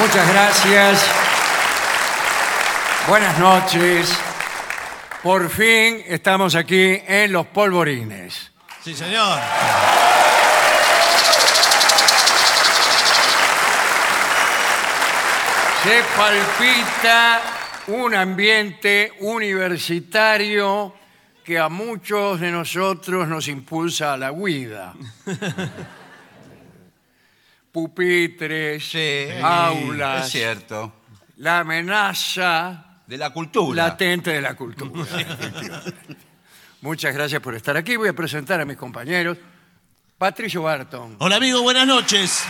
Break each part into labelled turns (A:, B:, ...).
A: Muchas gracias. Buenas noches. Por fin estamos aquí en Los Polvorines.
B: Sí, señor.
A: Se palpita un ambiente universitario que a muchos de nosotros nos impulsa a la huida. Pupitres,
C: Sí,
A: aulas,
C: Es cierto.
A: la amenaza
C: De la cultura.
A: latente de la cultura. efectivamente. Muchas gracias por estar aquí. Voy a presentar a mis compañeros. Patricio Barton,
B: Hola, amigo, buenas noches.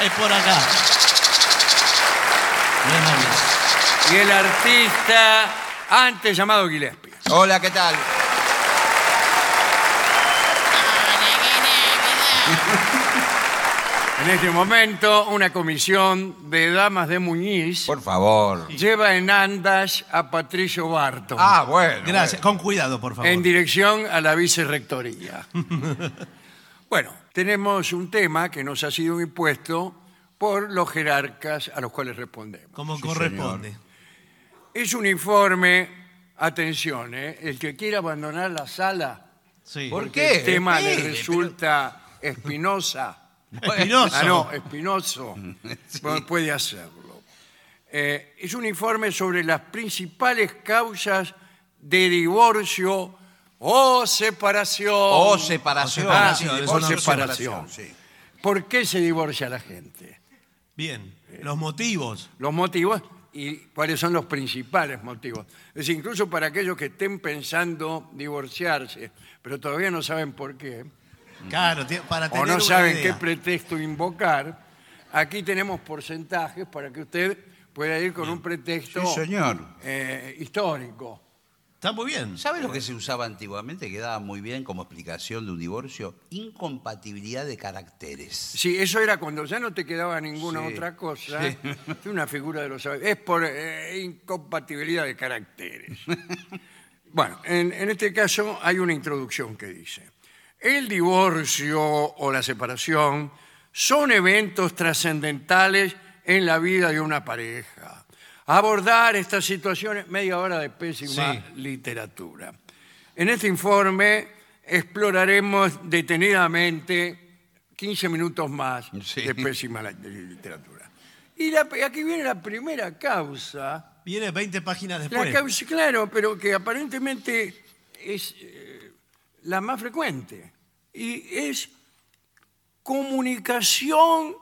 B: Es por acá. Bien, amigo.
A: y el artista antes llamado Gillespie.
C: Hola, ¿qué tal?
A: En este momento, una comisión de damas de Muñiz
C: Por favor.
A: lleva en andas a Patricio Barton
C: Ah, bueno.
B: Gracias. Con cuidado, por favor.
A: en dirección a la vicerrectoría. bueno, tenemos un tema que nos ha sido impuesto por los jerarcas a los cuales respondemos.
B: Como corresponde.
A: Es un informe, atención, ¿eh? el que quiera abandonar la sala,
B: Sí.
C: ¿Por
A: que el
C: qué?
A: tema le
C: Espere,
A: espinosa, espinosa.
B: Espinoso.
A: Ah, no, espinoso. Bueno, puede hacerlo. Eh, es un informe sobre las principales causas de divorcio o separación.
C: Oh, O separación.
A: Ah,
B: separación, es
A: o
B: una
A: separación.
C: sí.
A: ¿Por qué se divorcia la gente?
B: Bien. Los motivos.
A: Los motivos y cuáles son los principales motivos. Es decir, incluso para aquellos que estén pensando divorciarse, pero todavía no saben por qué.
B: Claro, tie- para tener
A: o no
B: una
A: saben
B: idea.
A: qué pretexto invocar, aquí tenemos porcentajes para que usted pueda ir con un pretexto
C: Sí, señor.
A: eh, histórico.
B: Está muy bien.
C: ¿Sabe lo que se usaba antiguamente? Que daba muy bien como explicación de un divorcio. Incompatibilidad de caracteres.
A: Sí, eso era cuando ya no te quedaba ninguna
C: Sí,
A: otra cosa. Es una figura de los saberes. Es por eh, incompatibilidad de caracteres. bueno, en, en este caso hay una introducción que dice: el divorcio o la separación son eventos trascendentales en la vida de una pareja. Abordar estas situaciones, media hora de pésima
B: Sí.
A: literatura. En este informe exploraremos detenidamente 15 minutos más
C: Sí.
A: de pésima la- de literatura. Y la- aquí viene la primera causa.
B: Viene 20 páginas
A: La
B: después.
A: causa, claro, pero que aparentemente es eh, la más frecuente. Y es comunicación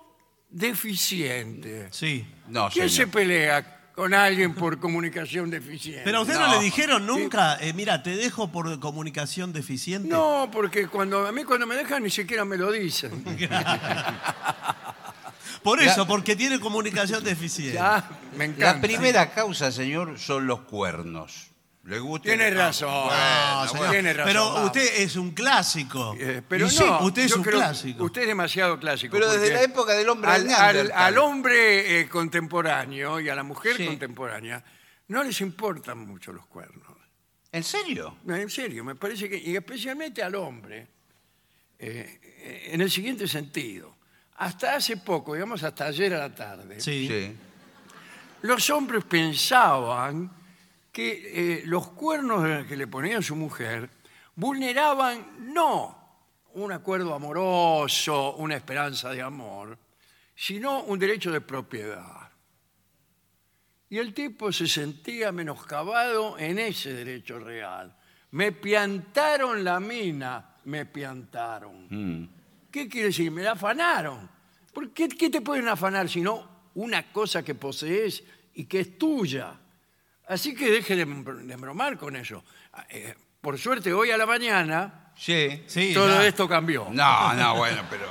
A: deficiente.
B: Sí.
C: No,
A: ¿Quién se
C: señor.
A: pelea con alguien por comunicación deficiente?
B: Pero a usted no,
C: No.
B: le dijeron nunca, eh, mira, te dejo por comunicación deficiente.
A: No, porque cuando a mí cuando me dejan ni siquiera me lo dicen.
B: Por eso, porque tiene comunicación deficiente.
A: Ya, me encanta.
C: La primera causa, señor, son los cuernos. ¿Le gusta? Ah,
A: Tiene
C: Tiene
A: razón.
B: No,
A: Bueno,
B: señor.
A: bueno. Ah, Tiene razón,
B: pero
A: vamos.
B: usted es un clásico.
A: Eh, pero
B: Y
A: no,
B: sí, usted es
A: yo
B: un
A: creo-
B: clásico.
A: Usted es demasiado clásico.
C: Pero desde
A: porque
C: la época del hombre
A: al,
C: del
A: al-
C: Neandertal.
A: al hombre eh, contemporáneo y a la mujer
C: Sí.
A: contemporánea no les importan mucho los cuernos.
C: ¿En serio?
A: No, En serio, me parece que, y especialmente al hombre, eh, eh, en el siguiente sentido. Hasta hace poco, digamos hasta ayer a la tarde,
B: Sí.
A: los hombres pensaban que eh, los cuernos que le ponía su mujer vulneraban no un acuerdo amoroso, una esperanza de amor, sino un derecho de propiedad. Y el tipo se sentía menoscabado en ese derecho real. Me piantaron la mina, me piantaron.
C: Mm.
A: ¿Qué quiere decir? Me la afanaron. ¿Por qué, qué te pueden afanar sino una cosa que posees y que es tuya? Así que deje de, br- de bromar con eso. Ah, eh, por suerte, hoy a la mañana
C: Sí.
B: Sí,
A: Todo
B: ya.
A: esto cambió.
C: No, no, bueno, pero.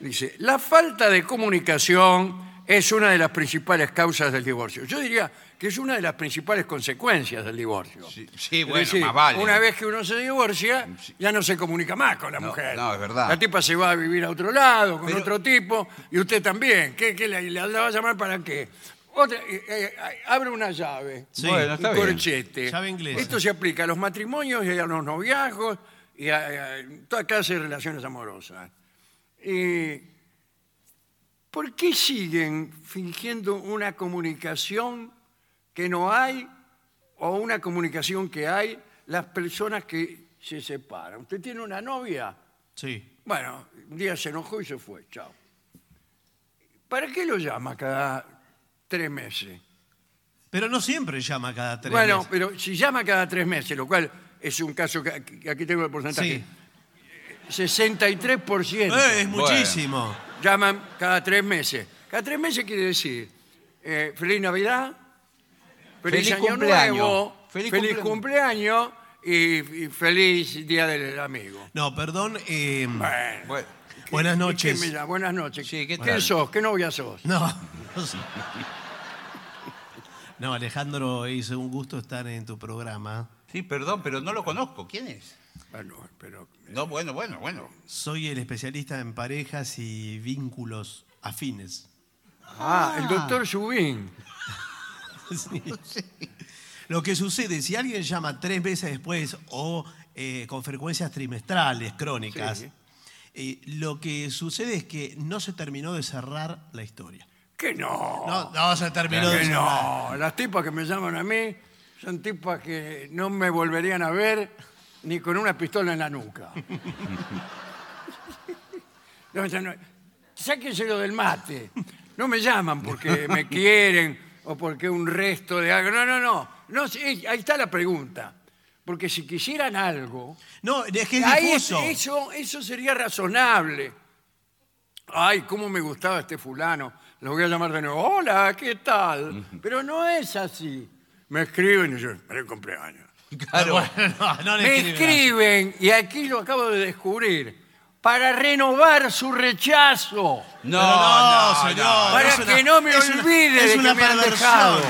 A: Dice, la falta de comunicación es una de las principales causas del divorcio. Yo diría que es una de las principales consecuencias del divorcio.
C: Sí, sí,
A: Es
C: bueno,
A: decir,
C: más vale.
A: Una vez que uno se divorcia, ya no se comunica más con la
C: No,
A: mujer.
C: no, es verdad.
A: La tipa se va a vivir a otro lado, con
C: Pero-
A: otro tipo, y usted también. ¿Qué, qué la, la- la va a llamar para qué? Otra- eh, eh, abre una llave.
B: Sí.
C: Bueno, está
A: un
C: bien.
A: corchete.
B: Llave inglesa.
A: Esto se aplica a los matrimonios y a los noviazgos y a, a toda clase de relaciones amorosas. Eh, ¿Por qué siguen fingiendo una comunicación que no hay o una comunicación que hay las personas que se separan? Usted tiene una novia,
B: Sí.
A: bueno, un día se enojó y se fue, chao. ¿Para qué lo llama cada tres meses?
B: Pero no siempre llama cada tres
A: bueno,
B: meses.
A: pero si llama cada tres meses, lo cual es un caso que aquí- aquí tengo el porcentaje,
B: Sí.
A: 63%
B: Eh, es
C: Bueno.
B: muchísimo.
A: llaman cada tres meses. Cada tres meses quiere decir eh, feliz Navidad, feliz,
C: Feliz
A: Año
C: cumpleaños.
A: Nuevo, feliz,
C: Feliz
A: cumpleaños, y, y feliz Día del Amigo.
B: No, perdón. eh,
A: Bueno,
C: Bueno,
B: buenas
A: ¿y qué
B: noches.
A: me llama? Buenas noches.
C: Sí, ¿qué
A: ¿Quién
C: tal?
A: sos? ¿Qué novia sos?
B: No, no sé. No, Alejandro, es un gusto estar en tu programa.
C: sí, perdón, pero no lo conozco. ¿Quién es?
A: Bueno, pero
C: No, bueno, bueno, bueno.
B: Soy el especialista en parejas y vínculos afines.
A: Ah, el doctor Subín.
B: Sí. Lo que sucede, si alguien llama tres veces después o eh, con frecuencias trimestrales, crónicas,
A: Sí.
B: eh, lo que sucede es que no se terminó de cerrar la historia.
A: Que no.
B: No, no se terminó de
A: Oh. que
B: cerrar.
A: no. Las tipas que me llaman a mí son tipas que no me volverían a ver ni con una pistola en la nuca. no, ya no. Sáquenselo del mate. No me llaman porque me quieren o porque un resto de algo. No, no, no. no sí, ahí está la pregunta. Porque si quisieran algo,
B: No, es que es
A: Ahí es-
B: difuso.
A: eso, eso sería razonable. Ay, cómo me gustaba este fulano. Lo voy a llamar de nuevo. Hola, ¿qué tal? Pero no es así. Me escriben y yo, para el cumpleaños.
C: Claro.
B: Bueno, no, no le
A: Me
B: escribe nada.
A: escriben, y aquí lo acabo de descubrir, para renovar su rechazo.
C: No,
B: Pero
C: no,
B: no, señor.
A: Para
B: es
A: que no me
B: es
A: olvide de
B: es
A: que
B: una
A: me han
B: perversión.
A: dejado.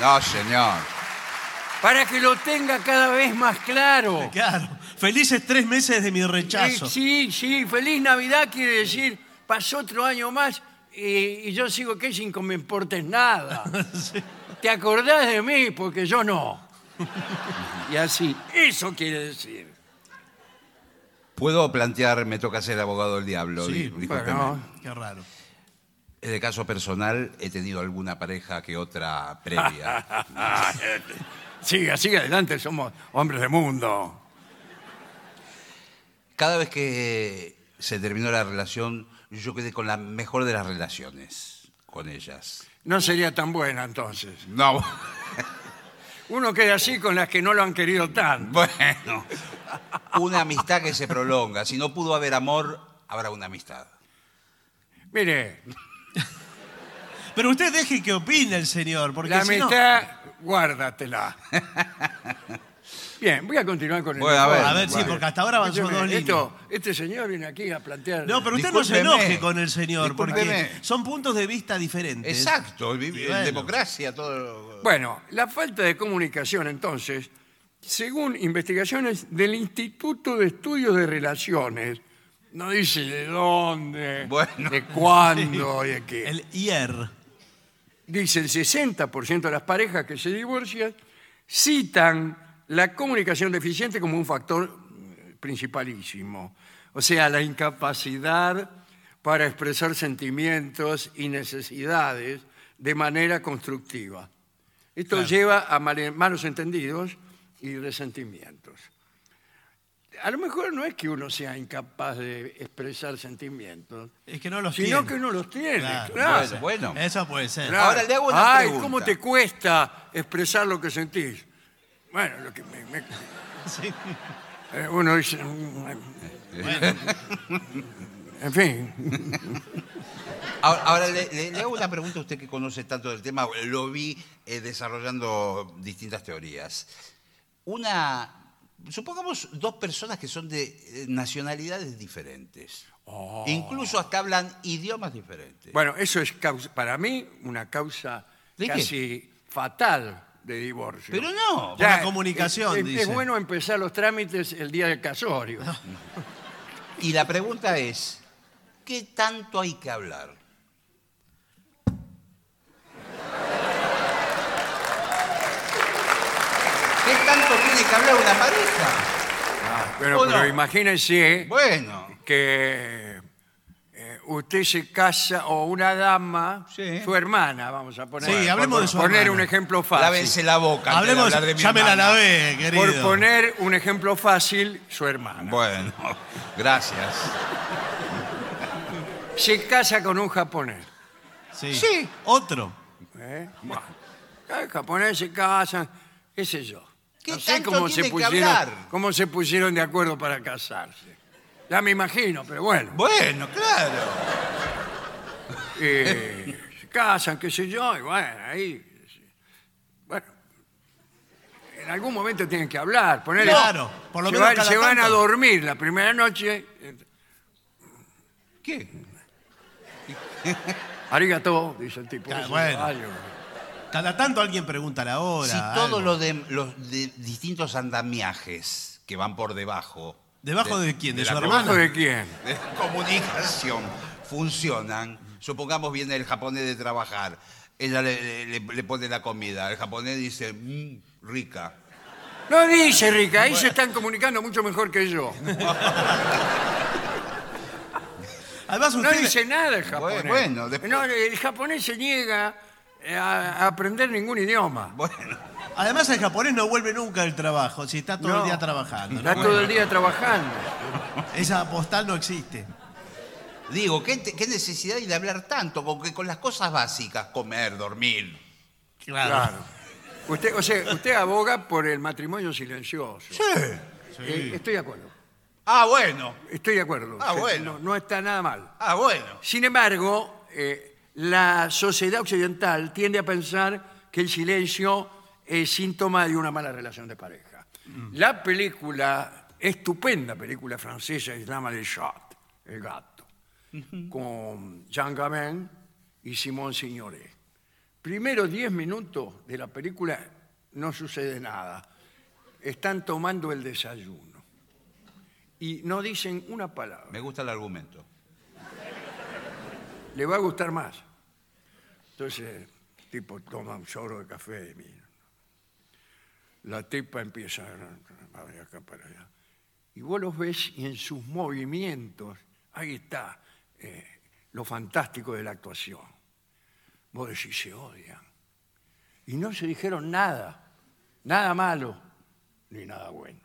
C: No, señor.
A: Para que lo tenga cada vez más claro.
B: Claro. Felices tres meses de mi rechazo.
A: Eh, Sí, sí, feliz Navidad quiere decir, pasó otro año más y, y yo sigo que sin que me importes nada. Te acordás de mí porque yo no. y así, eso quiere decir.
C: Puedo plantear, me toca ser abogado del diablo.
B: Sí,
C: di- discúlpeme.
A: bueno.
B: Qué raro.
C: En el caso personal, he tenido alguna pareja que otra previa.
A: Siga, siga adelante, somos hombres de mundo.
C: Cada vez que se terminó la relación, yo quedé con la mejor de las relaciones con ellas.
A: No sería tan buena entonces.
C: No,
A: Uno queda así con las que no lo han querido tanto.
C: bueno. Una amistad que se prolonga. Si no pudo haber amor, habrá una amistad.
A: Mire,
B: Pero usted deje que opine el señor, porque
A: la
B: si no-
A: mitad, guárdatela. Bien, voy a continuar con el
C: Bueno, a ver.
B: A ver, sí,
C: Bueno.
B: porque hasta ahora avanzó
A: Escúcheme,
B: dos líneas.
A: esto- este señor viene aquí a plantear.
B: No, pero usted no se
C: Discúlpeme.
B: enoje con el señor, porque
C: Discúlpeme.
B: son puntos de vista diferentes.
C: Exacto, vi-
B: Y
C: en
B: bueno.
C: democracia todo.
A: Bueno, la falta de comunicación, entonces, según investigaciones del Instituto de Estudios de Relaciones, no dice de dónde,
C: Bueno.
A: de cuándo y de qué.
B: El IER.
A: Dice el 60% de las parejas que se divorcian citan la comunicación deficiente como un factor eh, principalísimo. O sea, la incapacidad para expresar sentimientos y necesidades de manera constructiva. Esto lleva a male- malos entendidos y resentimientos. A lo mejor no es que uno sea incapaz de expresar sentimientos,
B: Es que no los
A: sino
B: tiene.
A: que uno los tiene.
B: Claro,
A: claro.
C: bueno, bueno.
B: Eso puede ser.
A: Claro.
C: Ahora le hago una
A: Ay,
C: pregunta.
A: ¿cómo te cuesta expresar lo que sentís? Bueno, lo que me- me-
B: Sí.
A: eh, uno dice... mm,
B: Bueno,
A: En fin,
C: Ahora, ahora le, le- le hago una pregunta a usted que conoce tanto del tema, lo vi eh, desarrollando distintas teorías. Una Supongamos dos personas que son de eh, nacionalidades diferentes. Incluso hasta hablan idiomas diferentes.
A: Bueno, eso es causa- para mí una causa
C: ¿De qué?
A: casi fatal de divorcio.
C: Pero no,
B: por la comunicación,
A: es- es-
B: dice.
A: es bueno empezar los trámites el día del casorio.
C: Y la pregunta es, ¿qué tanto hay que hablar? ¿Qué tanto tiene que hablar una pareja?
A: Bueno,
C: ¿O no?
A: pero imagínese
C: Bueno,
A: que eh, usted se casa o una dama,
C: Sí.
A: su hermana, vamos a poner,
B: Sí,
A: por
B: hablemos de su
A: poner
B: hermana.
A: un ejemplo
C: lávense
A: fácil.
C: la boca. antes de
B: Hablemos,
C: hablar de mi
B: llámela a
C: hermana.
B: la vez, querido.
A: Por poner un ejemplo fácil, su hermana.
C: Bueno, gracias.
A: Se casa con un japonés.
B: Sí.
C: Sí.
B: Otro.
A: ¿eh? Bueno, los japoneses se casan, qué sé yo.
C: ¿Qué
A: no sé
C: tanto
A: cómo
C: tiene
A: se,
C: que
A: pusieron,
C: hablar?
A: cómo se pusieron de acuerdo para casarse. Ya me imagino, pero bueno.
C: Bueno, claro.
A: Eh, se casan, qué sé yo, y bueno, ahí. Bueno. En algún momento tienen que hablar, ponerle.
B: Claro, por lo
A: se
B: menos
A: van,
B: cada
A: se van a
B: tanto.
A: dormir la primera noche. eh,
C: ¿Qué?
A: Arigato, dice el tipo.
B: Claro,
A: dice,
B: bueno.
A: "Ay,
B: Cada tanto alguien pregunta la hora.
C: si
B: algo.
C: todos los, de, los de distintos andamiajes que van por debajo.
B: ¿Debajo de quién? ¿De su
C: la
B: hermana?
A: ¿hijo de quién?
C: de comunicación funcionan. Supongamos viene el japonés de trabajar, ella le, le- le pone la comida, el japonés dice, "Mm, rica.
A: No dice, Rica, ahí se están comunicando mucho mejor que yo.
B: Además,
A: No
B: usted.
A: dice nada el japonés.
C: bueno, después-
A: No, el japonés se niega eh, a a aprender ningún idioma.
C: Bueno,
B: Además, el japonés no vuelve nunca del trabajo, si está todo
A: No.
B: el día trabajando.
A: Está
B: ¿no?
A: todo el día trabajando.
B: Esa postal no existe.
C: digo, ¿qué, te- qué necesidad hay de hablar tanto? Con, que con las cosas básicas, comer, dormir.
A: Claro. Usted, o sea, usted aboga por el matrimonio silencioso. Eh, estoy de acuerdo.
C: Ah, bueno,
A: Estoy de acuerdo.
C: Ah,
A: O sea,
C: bueno.
A: No, no está nada mal.
C: ah, bueno.
A: Sin embargo, eh, la sociedad occidental tiende a pensar que el silencio es síntoma de una mala relación de pareja. La película, estupenda película francesa, se llama Le Chat, El Gato, con Jean Gabin y Simone Signoret. Primero 10 minutos de la película no sucede nada. Están tomando el desayuno y no dicen una palabra
C: Me gusta el argumento.
A: le va a gustar más. Entonces, tipo, toma un chorro de café y mira. La tipa empieza a a- de acá para allá. Y vos los ves y en sus movimientos, ahí está eh, lo fantástico de la actuación. Vos decís, se odian. Y no se dijeron nada, nada malo, ni nada bueno.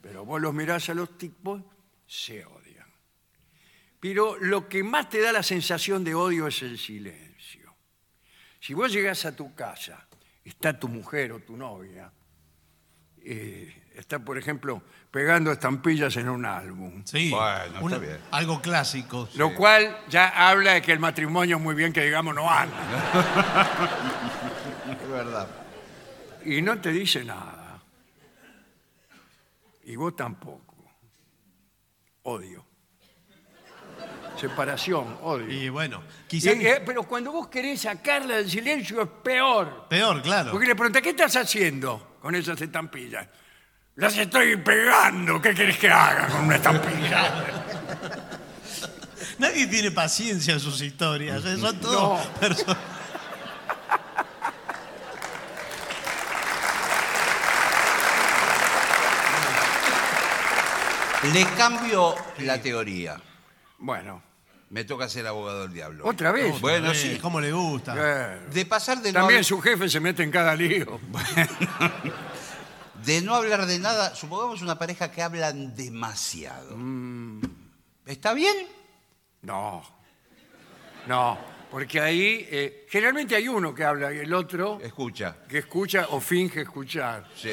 A: Pero vos los mirás a los tipos, se odian. Pero lo que más te da la sensación de odio es el silencio. Si vos llegás a tu casa, está tu mujer o tu novia, eh, está, por ejemplo, pegando estampillas en un álbum,
B: Sí.
C: Bueno,
B: Una-
C: está bien.
B: Algo clásico.
A: lo cual ya habla de que el matrimonio, muy bien que digamos, no anda.
C: Es verdad.
A: Y no te dice nada. Y vos tampoco. Odio. Separación, odio.
B: Y bueno,
A: Y-
B: quizás.
A: eh, pero cuando vos querés sacarla del silencio es peor.
B: Peor, claro.
A: Porque le pregunté, ¿qué estás haciendo con esas estampillas? Las estoy pegando, ¿qué querés que haga con una estampilla?
B: Nadie tiene paciencia en sus historias. ¿eh? Son todos personas.
C: Le cambio la teoría.
A: Bueno,
C: Me toca ser abogado del diablo.
A: ¿Otra vez?
C: Bueno,
B: Eh,
C: sí.
B: ¿Cómo le gusta?
A: claro.
C: De pasar de no
A: también
C: hablar-
A: su jefe se mete en cada lío.
C: de no hablar de nada, supongamos una pareja que hablan demasiado.
A: Mm.
C: ¿Está bien?
A: No, no, porque ahí eh, generalmente hay uno que habla y el otro
C: Escucha.
A: que escucha o finge escuchar.
C: Sí.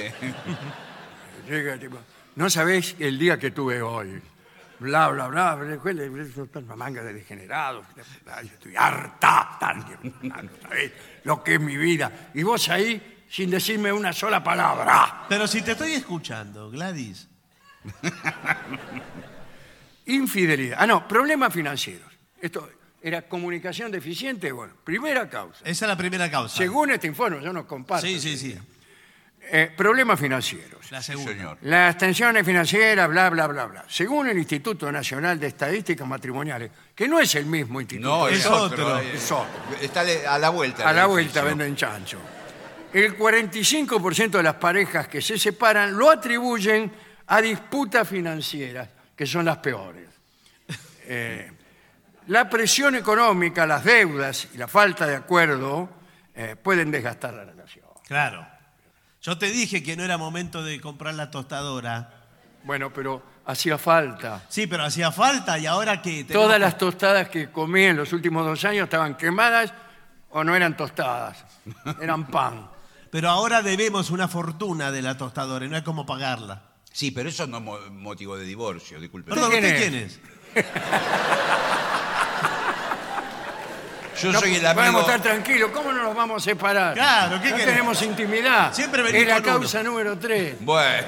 A: Llega tipo, no sabés el día que tuve hoy. Bla, bla, bla, bla, bla, bla, bla, bla, una manga de degenerados. Ay, Estoy harta, harta, harta, ¿sabés? lo que es mi vida. Y vos ahí sin decirme una sola palabra.
B: Pero si te estoy escuchando, Gladys.
A: Infidelidad. Ah, no, problemas financieros. Esto era comunicación deficiente. Bueno, primera causa.
B: Esa es la primera causa.
A: Según este informe, yo no comparto.
B: Sí, sí, sí.
A: Eh, problemas financieros.
B: La segunda.
C: señor.
A: Las tensiones financieras, bla, bla, bla, bla. Según el Instituto Nacional de Estadísticas Matrimoniales, que no es el mismo instituto.
C: No,
B: Es
C: es, otro.
B: otro,
C: eh,
A: es otro.
C: Está le- a la vuelta.
A: a
C: del
A: la vuelta
C: edificio.
A: venden chancho. El 45% de las parejas que se separan lo atribuyen a disputas financieras, que son las peores. Eh, la presión económica, las deudas y la falta de acuerdo eh, pueden desgastar la relación.
B: Claro. Yo te dije que no era momento de comprar la tostadora.
A: Bueno, pero hacía falta.
B: Sí, pero hacía falta y ahora que... tenemos-
A: Todas las tostadas que comí en los últimos dos años estaban quemadas o no eran tostadas, eran pan.
B: Pero ahora debemos una fortuna de la tostadora y no hay cómo pagarla.
C: Sí, pero eso no es mo- motivo de divorcio, disculpe.
B: Perdón,
A: quién
B: ¿usted
A: es?
B: quién es?
C: Yo soy el
A: Vamos a
C: amigo.
A: estar tranquilos, ¿cómo no nos vamos a separar?
B: Claro, ¿qué
A: No
B: querés?
A: tenemos intimidad.
B: Siempre venís
A: es la
B: con
A: causa número 3.
C: Bueno,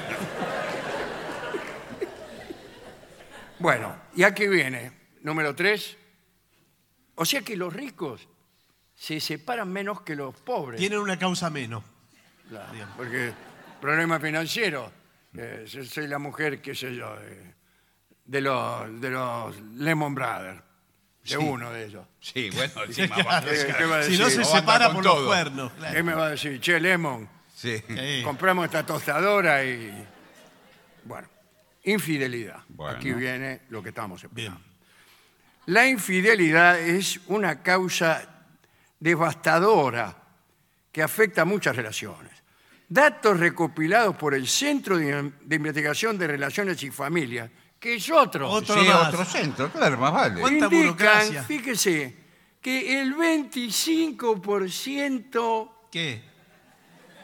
A: Bueno, y aquí viene, número 3. O sea que los ricos se separan menos que los pobres.
B: Tienen una causa menos.
A: Claro, porque problemas financieros. eh, yo soy la mujer, qué sé yo, eh, de los, de los Lemon Brothers, de uno de ellos.
C: sí, bueno, sí, más
B: Claro.
C: vale.
A: ¿Qué va a
B: Si no
A: decir?
B: se
C: O anda
B: separa
C: con
B: por los
C: todo.
B: cuernos. claro. eh,
A: Él me va a decir, che, Lemon,
C: Sí.
B: Sí.
A: Compramos esta tostadora y. Bueno, infidelidad.
C: Bueno.
A: Aquí viene lo que estamos esperando.
B: Bien.
A: La infidelidad es una causa devastadora que afecta a muchas relaciones. Datos recopilados por el Centro de de Investigación de Relaciones y Familias, que es otro,
B: Otro
C: Sí,
B: más.
C: otro centro, claro, más vale.
B: ¿Cuánto? Cuánta burocracia.
A: indican, fíjese, que el 25%
B: ¿Qué?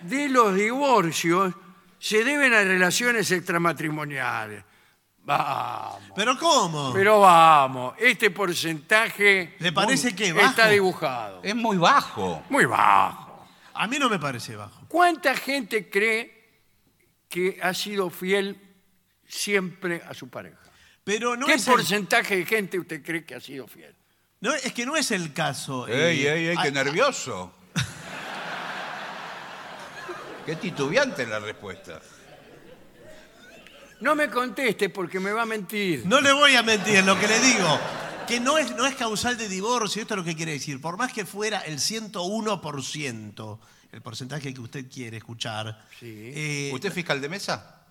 A: de los divorcios se deben a relaciones extramatrimoniales. Vamos.
B: ¿Pero cómo?
A: Pero vamos, este porcentaje
B: ¿Le parece que bajo?
A: está dibujado.
C: Es muy bajo.
A: Muy bajo.
B: A mí no me parece bajo.
A: ¿Cuánta gente cree que ha sido fiel siempre a su pareja?
B: Pero no
A: ¿Qué
B: es, el-
A: porcentaje de gente usted cree que ha sido fiel?
B: no, es que no es el caso. eh,
C: Ey, ey, ey,
B: a-
C: qué nervioso. Qué titubeante la respuesta.
A: No me conteste porque me va a mentir.
B: No le voy a mentir lo que le digo. Que no es, no es causal de divorcio, esto es lo que quiere decir. Por más que fuera el 101%, el porcentaje que usted quiere escuchar,
A: Sí.
B: eh,
C: ¿Usted es fiscal de mesa?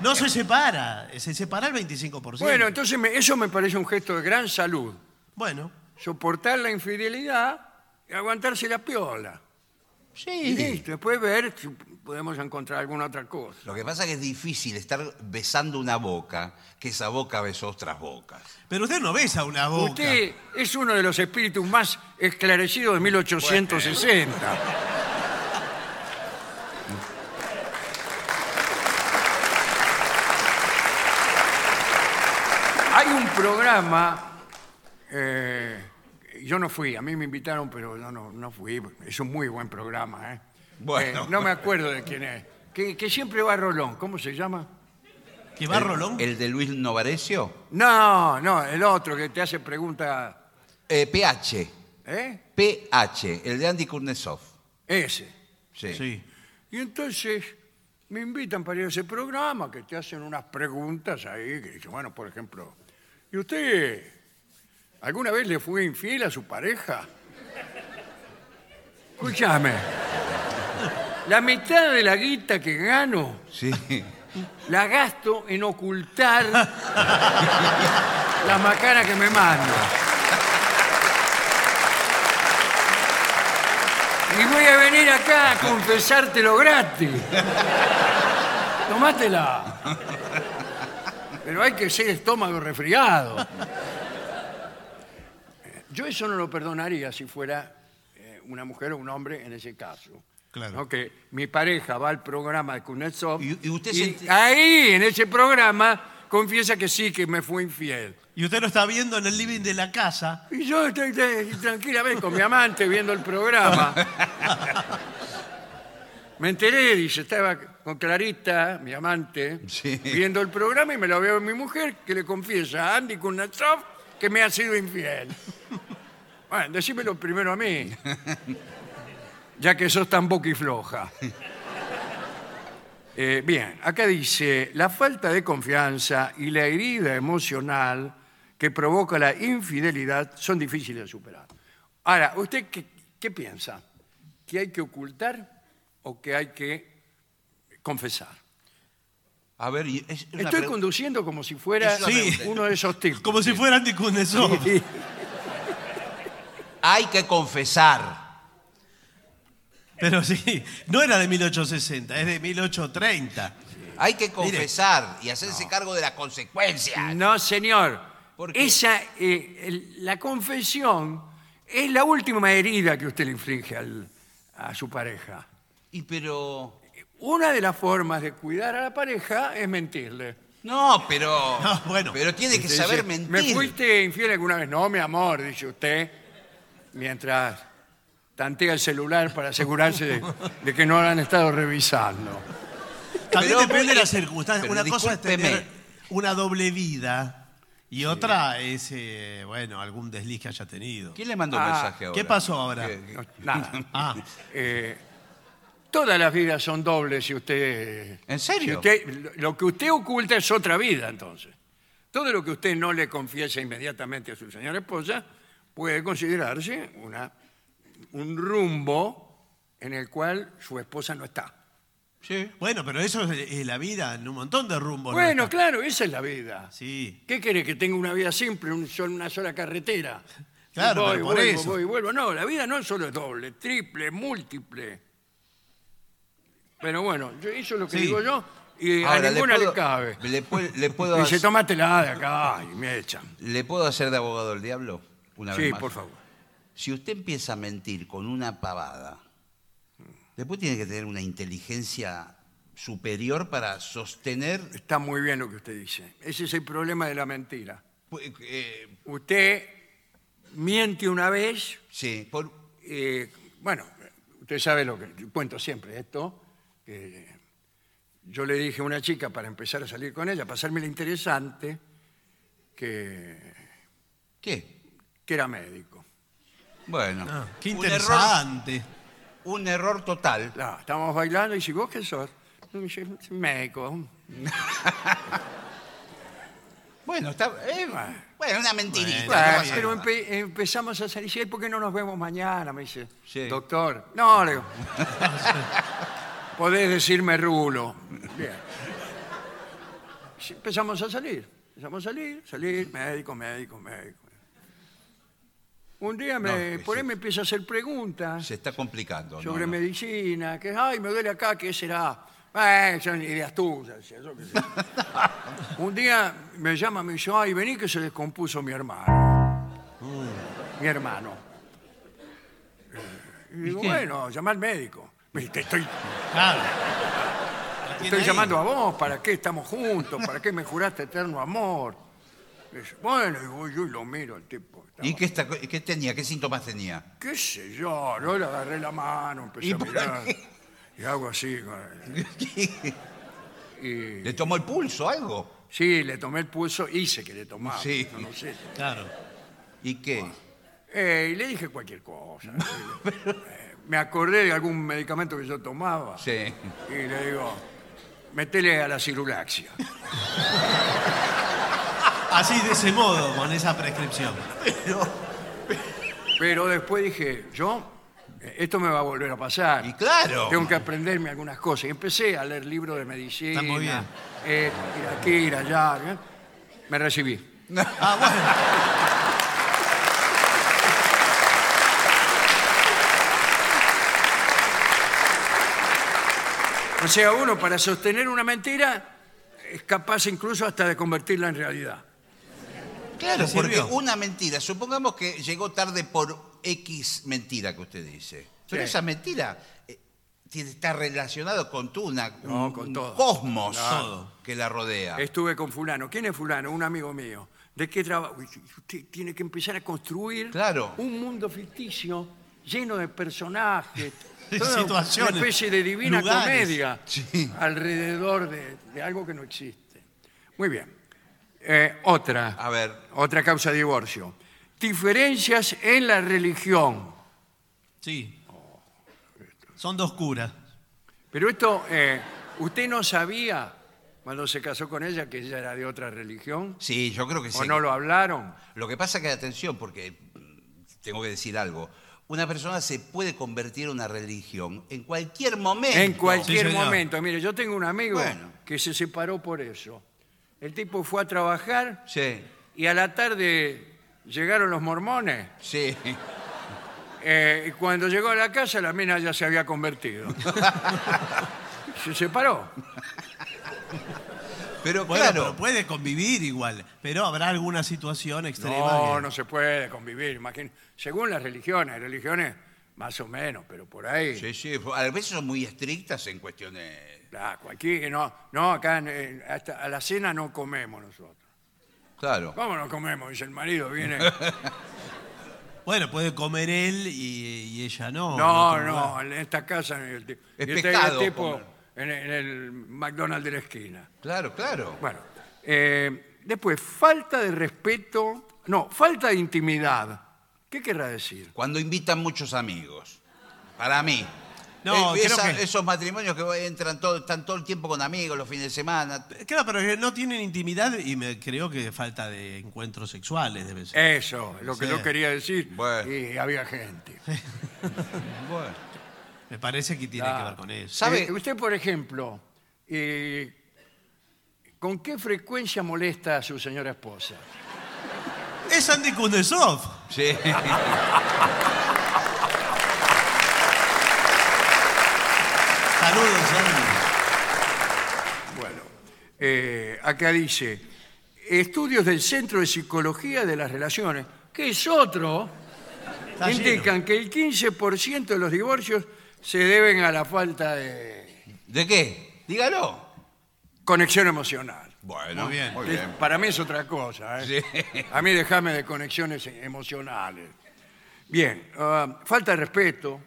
B: no se separa. eh, Se separa el 25%.
A: Bueno, entonces me- eso me parece un gesto de gran salud.
B: Bueno,
A: Soportar la infidelidad y aguantarse la piola. Y
C: Sí.
A: listo, después ver si podemos encontrar alguna otra cosa.
C: Lo que pasa es que es difícil estar besando una boca, que esa boca besó otras bocas.
B: pero usted no besa una boca.
A: Usted es uno de los espíritus más esclarecidos de 1860. Hay un programa, eh, yo no fui, a mí me invitaron, pero yo no, no fui. Es un muy buen programa. ¿eh?
C: Bueno.
A: Eh, no me acuerdo de quién es. Que, que siempre va Rolón, ¿cómo se llama?
B: ¿Que va Rolón?
C: ¿El de Luis Novarecio?
A: No, no, el otro que te hace preguntas.
C: Eh, PH.
A: ¿Eh?
C: PH, el de Andy Kurnesov.
A: Ese.
C: Sí.
B: Sí.
A: Y entonces me invitan para ir a ese programa que te hacen unas preguntas ahí, que dicen, bueno, por ejemplo, ¿y usted alguna vez le fue infiel a su pareja? Escúchame, la mitad de la guita que gano
C: Sí.
A: la gasto en ocultar la macana que me manda. Y voy a venir acá a confesártelo gratis. Tomátela. Pero hay que ser estómago resfriado. Yo eso no lo perdonaría si fuera eh, una mujer o un hombre en ese caso.
B: Claro.
A: ¿No? Que mi pareja va al programa de Kuznetsov
C: Y- y usted se ent-
A: ahí, en ese programa, confiesa que sí, que me fue infiel.
B: Y usted lo está viendo en el living de la casa.
A: Y yo estoy de- tranquilamente con mi amante viendo el programa. Me enteré, dice, estaba con Clarita, mi amante,
C: Sí.
A: viendo el programa y me lo veo mi mujer que le confiesa a Andy Kuznetsov que me ha sido infiel. Bueno, decímelo primero a mí, ya que sos tan boquifloja. Eh, bien, acá dice, la falta de confianza y la herida emocional que provoca la infidelidad son difíciles de superar. Ahora, ¿usted qué, qué piensa? ¿Que hay que ocultar o que hay que confesar?
C: A ver, y es una
A: Estoy
C: pregu-
A: conduciendo como si fuera
C: Es
B: una pregunta.
A: uno de esos tipos.
B: Como si fuera Andy Kuznetsov.
C: Hay que confesar.
B: Pero sí, no era de 1860, es de 1830.
C: Hay que confesar y hacerse cargo de las consecuencias.
A: No, señor.
C: ¿Por qué?
A: Esa, eh, el- la confesión es la última herida que usted le inflige al- a su pareja.
C: Y pero.
A: Una de las formas de cuidar a la pareja es mentirle.
C: No, pero.
B: No, bueno.
C: Pero tiene que
A: Usted
C: saber
A: dice, ¿Me
C: mentir.
A: fuiste infiel alguna vez? No, mi amor, dice usted, mientras tantea el celular para asegurarse de, de que no lo han estado revisando.
B: También
C: Pero
B: depende de
C: porque-
B: las circunstancias.
C: pero
B: Una cosa es
C: discúlpeme.
B: tener una doble vida y otra es, eh, bueno, algún desliz que haya tenido.
C: ¿Quién le mandó un
A: Ah,
C: mensaje ahora?
B: ¿Qué pasó ahora?
C: ¿Qué-
A: No, nada.
B: Ah,
A: Eh, todas las vidas son dobles si usted...
C: ¿En serio?
A: si usted- lo- lo que usted oculta es otra vida, entonces. Todo lo que usted no le confiesa inmediatamente a su señora esposa puede considerarse una, un rumbo en el cual su esposa no está.
C: Sí.
B: Bueno, pero eso es, es la vida en un montón de rumbos. ¿no?
A: Bueno, claro, esa es la vida.
B: Sí.
A: ¿Qué quiere que tenga una vida simple, un sol- una sola carretera?
B: Claro,
A: voy,
B: pero por
A: vuelvo,
B: eso.
A: voy, vuelvo. No, la vida no solo es doble, triple, múltiple. Pero bueno, yo- eso es lo que
B: Sí.
A: digo yo y
C: Ahora,
A: a ninguna
C: puedo-
A: le cabe.
C: Le, pue- le puedo
A: Dice,
C: hacer,
A: tómatela de acá y me echan.
C: ¿Le puedo hacer de abogado del diablo? Una
A: Sí,
C: vez más.
A: por favor.
C: Si usted empieza a mentir con una pavada, después tiene que tener una inteligencia superior para sostener.
A: Está muy bien lo que usted dice. Ese es el problema de la mentira.
C: pues, eh,
A: Usted miente una vez
C: sí, por,
A: Eh, bueno, usted sabe lo que cuento siempre esto. que yo le dije a una chica para empezar a salir con ella, pasármela interesante, que,
C: ¿Qué?
A: que era médico.
C: Bueno,
B: Ah, qué
C: un error-
B: interesante.
C: Un error, total.
A: Claro, estábamos bailando y si vos qué sos, Y me dice, médico.
C: Bueno, está, eh, bueno, una mentirita. ¿qué va a
A: Bueno,
C: ser?
A: pero empe- empezamos a salir. ¿Y por qué no nos vemos mañana? Me dice,
C: Sí.
A: doctor. No, le digo. Podés decirme rulo. Bien. Sí, Empezamos a salir. Empezamos a salir, salir, médico, médico, médico. Un día me,
C: No,
A: por ahí
C: sí.
A: me empieza a hacer preguntas
C: se está complicando. ¿no?
A: sobre
C: No.
A: medicina, que ay, me duele acá, ¿qué será? Eh, son ideas tuyas. decía yo, qué sé yo. Un día me llama, me dice, ay, vení que se descompuso mi hermano. Mi hermano. Eh, Y digo,
C: qué?
A: bueno, llama al médico. Me dice, te estoy,
B: Claro. La
A: te
B: tiene
A: estoy
B: ahí.
A: llamando a vos, ¿para qué estamos juntos? ¿Para qué me juraste eterno amor? Me dice, bueno, digo, yo y lo miro al tipo. estaba-
C: ¿Y qué, está- qué tenía? ¿Qué síntomas tenía?
A: qué sé yo, yo le agarré la mano, empecé
C: ¿Y
A: a
C: para
A: mirar.
C: qué?
A: Y hago así. con él.
C: ¿Le tomó el pulso algo?
A: Sí, le tomé el pulso, hice que le tomaba.
C: Sí.
A: yo no sé.
B: Claro.
C: ¿Y qué?
A: Eh, y le dije cualquier cosa. Eh, me acordé de algún medicamento que yo tomaba.
C: Sí.
A: Y le digo, metele a la cirulaxia.
B: Así de ese modo, con esa prescripción.
A: Pero después dije, yo, eh, esto me va a volver a pasar.
C: Y claro.
A: Tengo que aprenderme algunas cosas. Y empecé a leer libros de medicina.
B: Está muy bien.
A: eh, ir aquí, ir allá. ¿eh? Me recibí.
B: Ah, bueno.
A: O sea, uno para sostener una mentira es capaz incluso hasta de convertirla en realidad.
C: Claro,
B: ¿Le
C: porque
B: sirvió?
C: una mentira, supongamos que llegó tarde por X mentira que usted dice. Pero
A: Sí.
C: esa mentira eh, tiene- está relacionado con tú, una-
A: No,
C: un,
A: con
C: un
A: todo.
C: cosmos
B: Claro.
C: que la rodea.
A: Estuve con fulano. ¿Quién es fulano? Un amigo mío. ¿De qué trabajo? Usted tiene que empezar a construir
C: Claro.
A: un mundo ficticio lleno de personajes.
B: De
A: toda
B: situaciones,
A: Una especie de divina
B: lugares.
A: comedia
C: Sí.
A: alrededor de, de algo que no existe. Muy bien. Eh, otra.
C: A ver.
A: Otra causa de divorcio. Diferencias en la religión.
B: Sí. Oh, Son dos curas.
A: Pero esto, eh, ¿usted no sabía cuando se casó con ella que ella era de otra religión?
C: Sí, yo creo que sí.
A: ¿O no lo hablaron?
C: Lo que pasa que, atención, porque mm, tengo que decir algo. Una persona se puede convertir en una religión en cualquier momento.
A: En cualquier
B: señor.
A: momento. Mire, yo tengo un amigo
C: Bueno.
A: que se separó por eso. El tipo fue a trabajar
C: Sí,
A: y a la tarde llegaron los mormones.
C: sí.
A: eh, y cuando llegó a la casa, la mina ya se había convertido. se separó.
C: Pero
B: Bueno,
C: claro,
B: pero puede convivir igual, pero habrá alguna situación extrema.
A: No,
B: que-
A: no se puede convivir. imagín- Según las religiones, hay religiones más o menos, pero por ahí.
C: sí, sí, a veces son muy estrictas en cuestiones.
A: Ah, aquí, no, no, acá en- en- hasta a la cena no comemos nosotros.
C: Claro.
A: ¿Cómo no comemos? Dice el marido, viene.
B: Bueno, puede comer él y, y ella no.
A: No,
B: en otro
A: no,
B: lugar.
A: en esta casa. el ti-
C: Es
A: y está el
C: pecado
A: tipo
C: comer.
A: en, en el McDonald's de la esquina.
C: Claro, claro.
A: Bueno, eh, después, falta de respeto. No, falta de intimidad. ¿Qué querrá decir?
C: Cuando invitan muchos amigos. Para mí.
B: No, creo que-
C: Esos matrimonios que entran todo, están todo el tiempo con amigos los fines de semana.
B: Claro, pero que no tienen intimidad y me creo que falta de encuentros sexuales debe
A: Eh,
B: ser.
A: Eso, es lo que
B: Sí.
A: yo quería decir.
C: Bueno.
A: Y había gente.
C: Bueno.
B: Me parece que tiene
A: Claro.
B: que ver con eso.
C: ¿Sabe?
A: Eh, usted, por ejemplo, eh, ¿con qué frecuencia molesta a su señora esposa?
B: Es Andy Kundesov.
C: Sí.
B: Saludos, Andy.
A: Bueno, eh, acá dice, estudios del Centro de Psicología de las Relaciones, que es otro,
B: Está lleno.
A: indican que el 15% de los divorcios se deben a la falta de
C: ¿De qué? Dígalo.
A: conexión emocional.
C: Bueno,
B: Muy bien.
A: Que Para mí es otra cosa. ¿eh?
C: Sí.
A: A mí déjame de conexiones emocionales. Bien, ah, falta de respeto.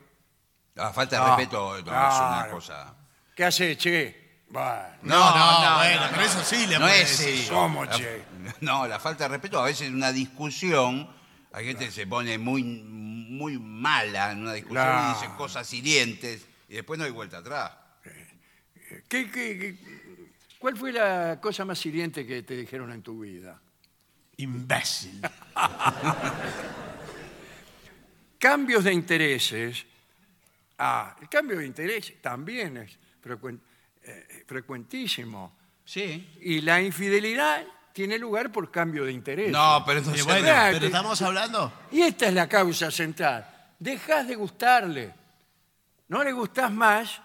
C: La falta de
A: Ah,
C: respeto no, es una
A: claro.
C: cosa.
A: ¿Qué hace, che? Bueno,
B: No, no, bueno, pero eso sí le
C: no
B: puede
C: es
B: decir.
C: eso.
A: ¿Cómo,
C: La-
A: che?
C: No, la falta de respeto, a veces en una discusión, hay gente que se pone muy, muy mala en una discusión
A: Claro.
C: y dice cosas hirientes y después no hay vuelta atrás.
A: ¿Qué- qué- qué- cuál fue la cosa más hiriente que te dijeron en tu vida?
B: Imbécil.
A: Cambios de intereses. Ah, el cambio de interés también es frecuen- eh, frecuentísimo.
C: Sí.
A: Y la infidelidad tiene lugar por cambio de interés.
C: No, pero no
B: Eh,
C: se
B: bueno,
C: ve.
A: vea,
B: pero
A: que-
B: estamos hablando.
A: Y esta es la causa central. Dejas de gustarle. No le gustás más.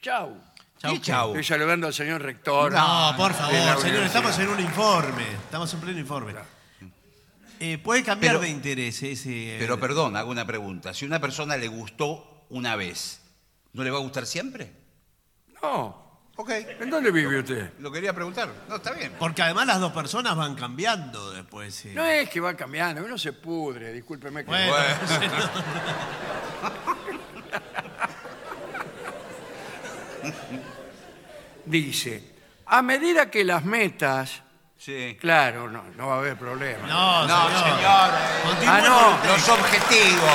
A: Chau.
C: ¿Qué chau?
A: Estoy saludando al señor rector.
B: No, por
A: de la
B: favor, señor,
A: universidad.
B: estamos en un informe. Estamos en pleno informe. Eh, puede cambiar
C: Pero-
B: de interés ese. eh,
C: Pero perdón, hago una pregunta. Si una persona le gustó una vez, ¿no le va a gustar siempre?
A: No.
C: Ok.
A: ¿En dónde vive usted?
C: Lo quería preguntar. No, está bien.
B: Porque además las dos personas van cambiando después. eh.
A: No es que va cambiando, uno se pudre, discúlpeme que...
B: Bueno,
A: Dice, a medida que las metas...
C: Sí.
A: Claro, no, no va a haber problema.
B: no,
C: No,
B: señor.
C: señor, eh.
B: Continúe
A: Ah, no.
B: con el
C: Los objetivos.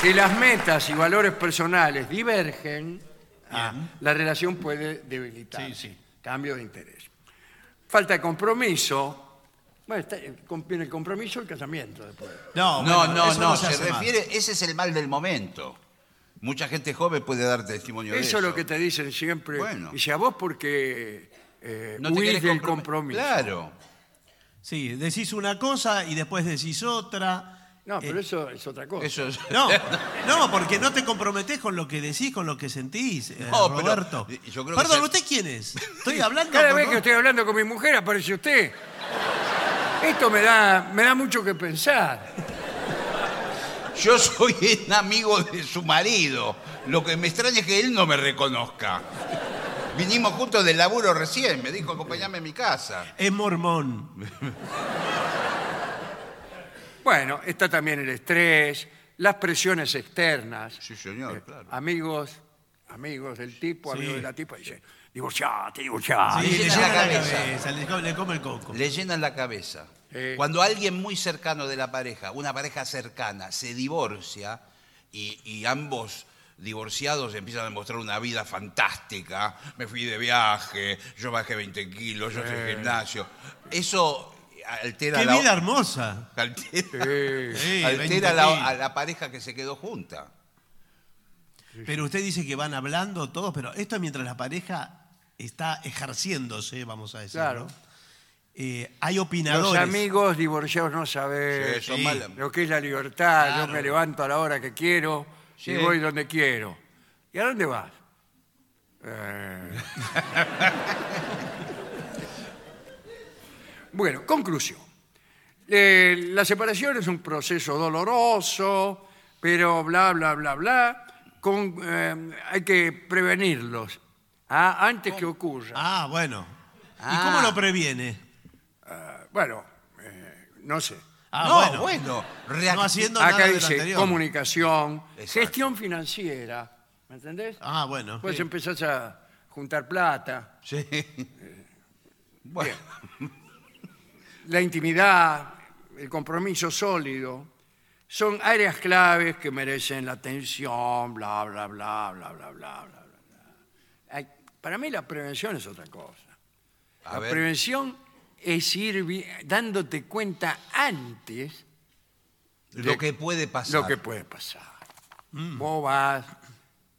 A: Que las metas y valores personales divergen, ah, la relación puede debilitarse.
B: Sí, sí.
A: Cambio de interés. Falta de compromiso. Bueno, está- conviene el compromiso el casamiento después.
B: No,
C: No,
B: bueno,
C: no,
B: eso
C: no,
B: se
C: se,
B: hace más.
C: refiere, ese es el mal del momento. Mucha gente joven puede dar testimonio de
A: Eso
C: eso.
A: es lo que te dicen siempre.
C: Bueno.
A: Y si a vos porque eh,
C: te
A: huís
C: querés
A: del
C: compromet-
A: compromiso.
C: Claro.
B: Sí, decís una cosa y después decís otra.
A: No, pero
B: Eh,
A: eso es otra cosa.
C: Eso es-
B: No, no, porque no te comprometés con lo que decís, con lo que sentís, eh,
C: No, pero-
B: Roberto.
C: yo creo que
B: Perdón,
C: se-
B: ¿usted quién es? Estoy hablando
A: Cada
B: con
A: vez
B: vos.
A: que estoy hablando con mi mujer aparece usted. Esto me da, me da mucho que pensar.
C: Yo soy un amigo de su marido. Lo que me extraña es que él no me reconozca. Vinimos juntos del laburo recién. Me dijo, acompáñame a mi casa.
B: Es mormón.
A: Bueno, está también el estrés, las presiones externas. Eh,
C: Sí, señor, claro.
A: Amigos, amigos del tipo, amigos de la tipa, dicen, divorciate, divorciate.
B: Sí,
C: Ah, le
B: le
C: llena
B: llena
C: la
B: la
C: cabeza.
B: cabeza, le co- le come el coco.
C: Le llenan la cabeza.
A: Sí.
C: Cuando alguien muy cercano de la pareja, una pareja cercana, se divorcia y, y ambos divorciados empiezan a mostrar una vida fantástica. Me fui de viaje, yo bajé 20 kilos, yo hice gimnasio. Eso altera
B: ¡Qué
C: la...
B: vida hermosa!
C: altera-
A: Sí.
B: Sí,
C: altera
B: 20
C: la,
B: kilos.
C: a la pareja que se quedó junta.
B: Pero usted dice que van hablando todos, pero esto es mientras la pareja está ejerciéndose, vamos a decir.
A: Claro.
B: ¿no? Eh, hay
A: Los
B: opinadores.
A: amigos divorciados no saben
C: Sí, Eh, son
B: sí.
C: malas.
A: lo que es la libertad. Yo
B: Claro.
A: me levanto a la hora que quiero
C: Sí.
A: y voy donde quiero. ¿Y a dónde vas? Eh. bueno, conclusión. Eh, la separación es un proceso doloroso, pero bla, bla, bla, bla. Con, eh, hay que prevenirlos ah, antes que ocurra.
B: Ah, bueno. ¿Y
C: Ah.
B: cómo lo previene?
A: Bueno, eh, no sé.
B: Ah,
C: no, bueno, reac-
B: No haciendo nada
A: Acá
B: de lo
A: dice
B: anterior.
A: comunicación,
C: Exacto.
A: gestión financiera. ¿Me entendés?
B: Ah, bueno.
A: Pues empezás a juntar plata,
C: Sí. Bueno,
A: la intimidad, el compromiso sólido. Son áreas claves que merecen la atención, bla, bla, bla, bla, bla, bla, bla, bla. bla. Ay, Para mí la prevención es otra cosa.
C: a
A: la
C: ver.
A: prevención es ir vi- dándote cuenta antes
C: lo que puede pasar.
A: lo que puede pasar.
B: Mm.
A: Vos vas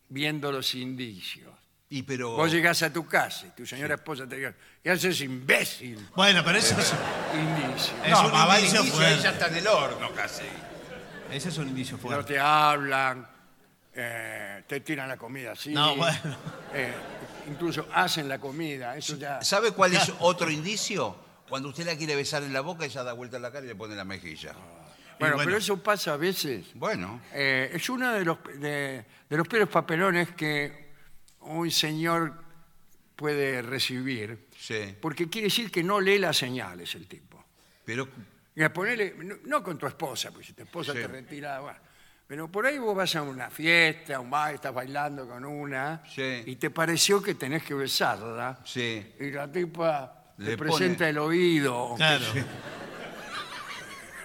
A: viendo los indicios.
C: Y pero...
A: Vos llegás a tu casa y tu señora esposa te dice, ¿qué haces imbécil?
B: Bueno, pero eso es,
A: Indicio.
B: Es
C: no,
B: un
C: más vale
B: indicio
C: indicio, ahí
B: fuerte.
C: ya está en el horno casi.
B: ese es un indicio
A: No
B: fuerte.
A: te hablan, eh, te tiran la comida así.
B: No, bueno.
A: eh, incluso hacen la comida, eso ya...
C: ¿Sabe cuál es otro indicio? Cuando usted la quiere besar en la boca, ella da vuelta la cara y le pone la mejilla.
A: Bueno,
B: bueno.
A: pero eso pasa a veces.
C: Bueno,
A: Eh, es uno de los, de, de los peores papelones que un señor puede recibir,
C: sí.
A: porque quiere decir que no lee las señales el tipo.
C: Pero
A: Y a ponerle, no, no con tu esposa, porque si tu esposa
C: Sí.
A: te retira, bueno. pero por ahí vos vas a una fiesta, a un bar, estás bailando con una,
C: Sí.
A: y te pareció que tenés que besarla,
C: sí.
A: y la tipa
C: Le
A: le presenta
C: pone-
A: el oído.
B: Claro.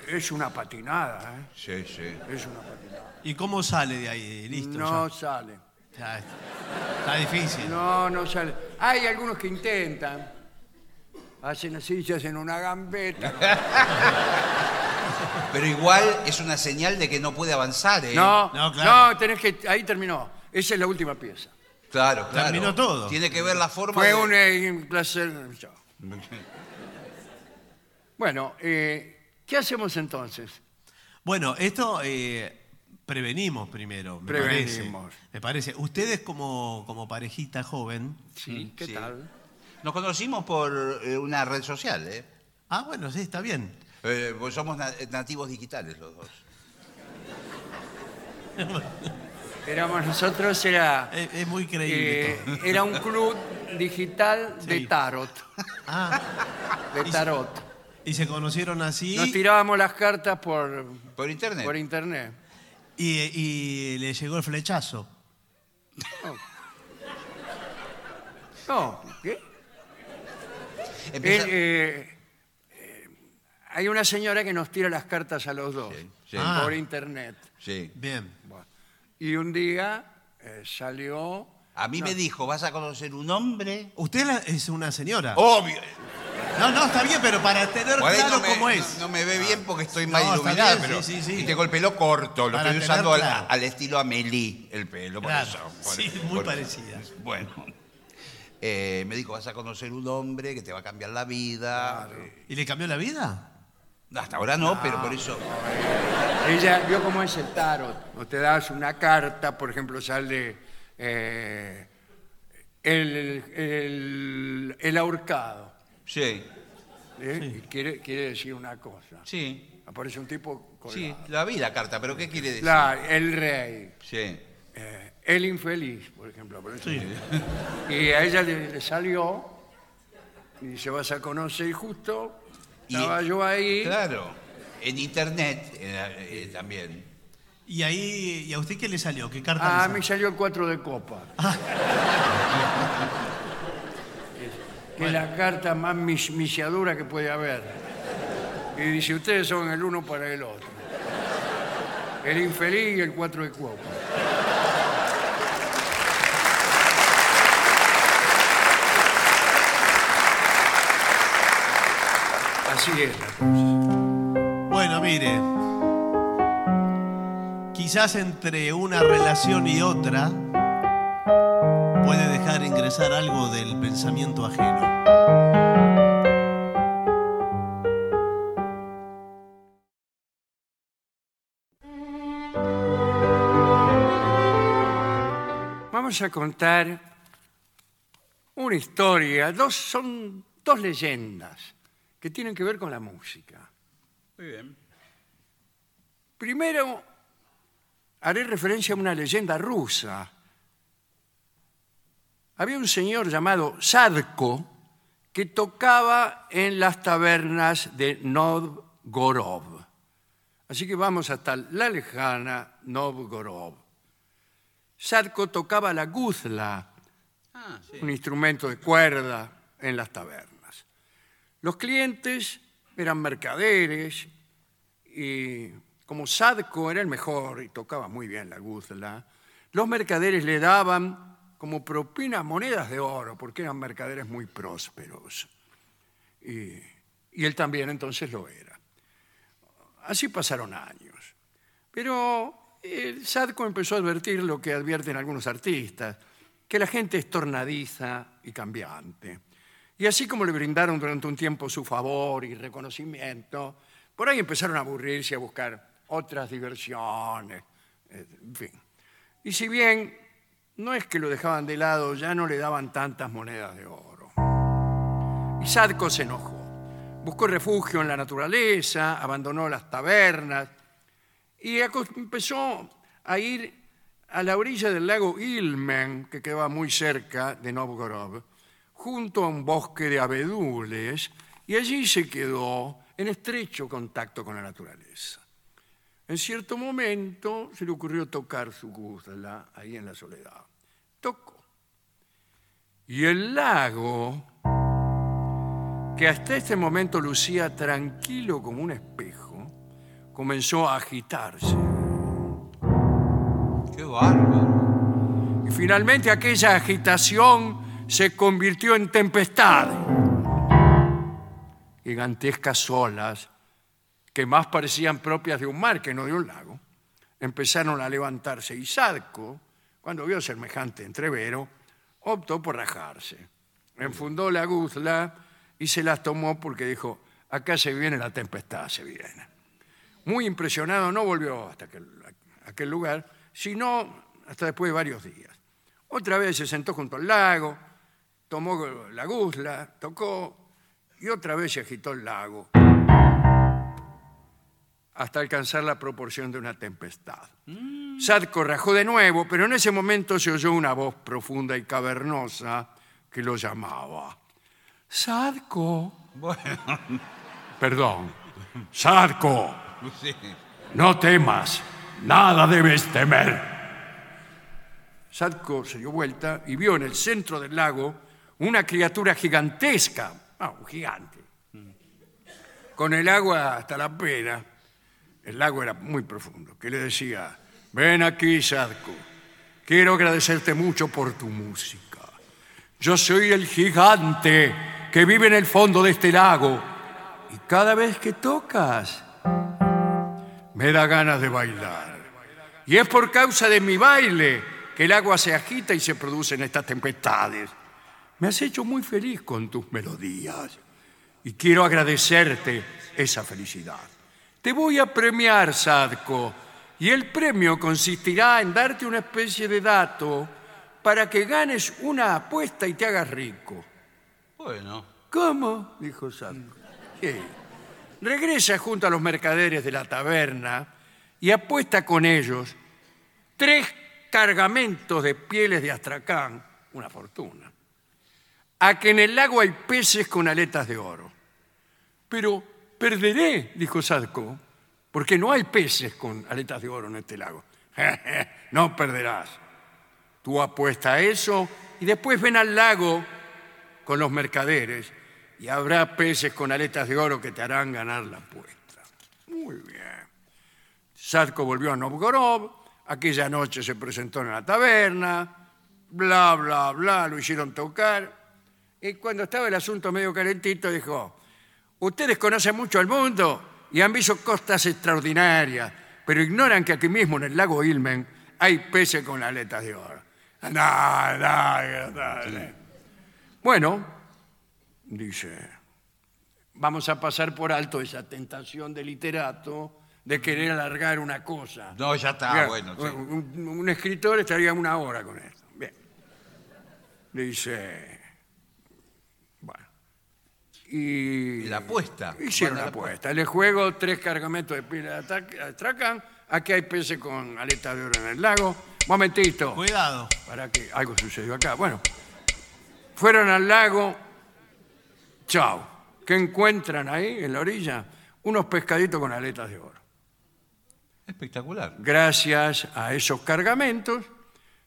A: Es una patinada, ¿eh?
C: Sí, sí.
A: Es una patinada.
B: ¿Y cómo sale de ahí? Listo.
A: no sale.
B: ya. Ya está. Está difícil.
A: No, no sale. Hay algunos que intentan. Hacen así, se hacen una gambeta.
C: Pero igual es una señal de que no puede avanzar, ¿eh?
A: No,
B: No,
A: no,
B: claro.
A: tenés que. Ahí terminó. Esa es la última pieza.
C: Claro, claro.
B: Terminó todo.
C: Tiene que ver la forma
A: Fue
C: de-
A: un, eh, un placer. Chao. Bueno, eh, ¿qué hacemos entonces?
B: Bueno, esto eh, prevenimos primero. Me
A: Prevenimos.
B: Parece, me parece. Ustedes como, como parejita joven.
A: Sí, Mm, ¿qué
C: sí.
A: tal?
C: Nos conocimos por eh, una red social, ¿eh?
B: Ah, bueno, sí, está bien.
C: Eh, pues somos na- nativos digitales los dos.
A: Éramos nosotros, era,
B: Es, es muy creíble.
A: eh,
B: todo.
A: era un club digital de
B: Sí.
A: tarot.
B: Ah,
A: De tarot.
B: y se conocieron así.
A: Nos tirábamos las cartas por,
C: Por internet.
A: por internet.
B: Y, y le llegó el flechazo.
A: No, ¿qué?
C: Empieza-
A: Él, eh, eh, hay una señora que nos tira las cartas a los dos
C: Sí, sí.
B: Ah.
A: por internet.
C: Sí.
B: Bien.
A: Bueno, Y un día eh, salió.
C: A mí me dijo, vas a conocer un hombre...
B: Usted la- es una señora.
A: Oh.
C: Obvio.
B: No, no, está bien, pero para tener
C: Por ahí
B: claro
C: no me,
B: cómo
C: no-
B: es.
C: No, me ve bien porque estoy mal
B: No, está
C: iluminado,
B: bien,
C: pero
B: sí, sí, sí.
C: y tengo el pelo corto, lo
B: Para
C: estoy
B: tener
C: usando al,
B: claro.
C: al estilo Amélie, el pelo. por
B: Claro,
C: eso, por-
B: sí, muy
C: por-
B: parecida.
C: Bueno, Eh, me dijo, vas a conocer un hombre que te va a cambiar la vida. Eh,
B: ¿Y le cambió la vida?
C: Hasta ahora no, pero por eso...
A: Ella vio cómo es el tarot. No te das una carta, por ejemplo, sale eh, el, el- el ahorcado.
C: Sí,
A: ¿eh? Y quiere, quiere decir una cosa.
C: sí.
A: aparece un tipo con
C: Sí, la vi la carta, pero ¿qué quiere decir?
A: el rey,
C: Sí.
A: eh, el infeliz, por ejemplo. aparece. Y a ella le, le salió y se vas a conocer y justo
C: Y-
A: estaba yo ahí.
C: Claro. En internet en la- eh, también.
B: Y ahí, ¿y a usted qué le salió? ¿Qué carta
A: Ah, a
B: le
A: mí
B: salió?
A: salió el 4 de copa. que es la carta más mis- misiadura que puede haber. Y dice, ustedes son el uno para el otro. El infeliz y el 4 de copa. Así es la cosa.
B: Bueno, mire. Quizás entre una relación y otra puede dejar ingresar algo del pensamiento ajeno.
A: Vamos a contar una historia, dos, son dos leyendas que tienen que ver con la música.
C: Muy bien.
A: Primero, haré referencia a una leyenda rusa. Había un señor llamado Sadko que tocaba en las tabernas de Novgorod. Así que vamos hasta la lejana Novgorod. Sadko tocaba la guzla,
C: Ah, sí.
A: un instrumento de cuerda en las tabernas. Los clientes eran mercaderes y como Sadko era el mejor y tocaba muy bien la guzla, los mercaderes le daban como propina monedas de oro porque eran mercaderes muy prósperos. Y, y él también entonces lo era. Así pasaron años. Pero el Sadko empezó a advertir lo que advierten algunos artistas, que la gente es tornadiza y cambiante. Y así como le brindaron durante un tiempo su favor y reconocimiento, por ahí empezaron a aburrirse, a buscar otras diversiones, eh, en fin. Y si bien no es que lo dejaban de lado, ya no le daban tantas monedas de oro. Y Sadko se enojó. Buscó refugio en la naturaleza, abandonó las tabernas, y aco- empezó a ir a la orilla del lago Ilmen, que quedaba muy cerca de Novgorod, junto a un bosque de abedules, y allí se quedó en estrecho contacto con la naturaleza. En cierto momento se le ocurrió tocar su guzla ahí en la soledad. Tocó. Y el lago, que hasta este momento lucía tranquilo como un espejo, comenzó a agitarse.
C: Qué bárbaro.
A: Y finalmente aquella agitación se convirtió en tempestad. Gigantescas olas, que más parecían propias de un mar que no de un lago, empezaron a levantarse y Sadko, cuando vio semejante entrevero, optó por rajarse. Enfundó la guzla y se las tomó porque dijo, acá se viene la tempestad, se viene muy impresionado, no volvió hasta aquel, aquel lugar, sino hasta después de varios días. Otra vez se sentó junto al lago, tomó la guzla, tocó y otra vez se agitó el lago hasta alcanzar la proporción de una tempestad. Sadko rajó de nuevo, pero en ese momento se oyó una voz profunda y cavernosa que lo llamaba. Sadko.
C: Bueno,
A: Perdón. Sadko.
C: sí.
A: No temas, nada debes temer. Sadko se dio vuelta y vio en el centro del lago una criatura gigantesca, ah, un gigante, con el agua hasta la pera. El lago era muy profundo, que le decía, ven aquí, Sadko, quiero agradecerte mucho por tu música. Yo soy el gigante que vive en el fondo de este lago y cada vez que tocas me da ganas de bailar. Y es por causa de mi baile que el agua se agita y se producen estas tempestades. Me has hecho muy feliz con tus melodías y quiero agradecerte esa felicidad. Te voy a premiar, Sadko, y el premio consistirá en darte una especie de dato para que ganes una apuesta y te hagas rico.
C: Bueno.
A: ¿Cómo? dijo Sadko. Sí. regresa junto a los mercaderes de la taberna y apuesta con ellos tres cargamentos de pieles de astracán, una fortuna, a que en el lago hay peces con aletas de oro. Pero perderé, dijo Sadko, porque no hay peces con aletas de oro en este lago. no perderás. Tú apuesta a eso y después ven al lago con los mercaderes y habrá peces con aletas de oro que te harán ganar la apuesta. Muy bien. Sadko volvió a Novgorod, aquella noche se presentó en la taberna, bla, bla, bla, lo hicieron tocar. Y cuando estaba el asunto medio calentito, dijo, ustedes conocen mucho al mundo y han visto costas extraordinarias, pero ignoran que aquí mismo en el lago Ilmen hay peces con aletas de oro. Andá, andá, andá. Bueno, dice, vamos a pasar por alto esa tentación de literato de querer alargar una cosa.
C: No, ya está,
A: Mira,
C: bueno. sí.
A: un, un- un escritor estaría una hora con esto. Bien. Dice. Bueno. Y.
C: Y la apuesta.
A: Hicieron
C: Bueno,
A: la
C: la
A: apuesta. Le juego tres cargamentos de pila de ataque- atracan. Aquí hay peces con aleta de oro en el lago. Momentito.
B: Cuidado.
A: Para que algo sucedió acá. Bueno. Fueron al lago. Chao. ¿Qué encuentran ahí en la orilla? Unos pescaditos con aletas de oro.
C: Espectacular.
A: Gracias a esos cargamentos,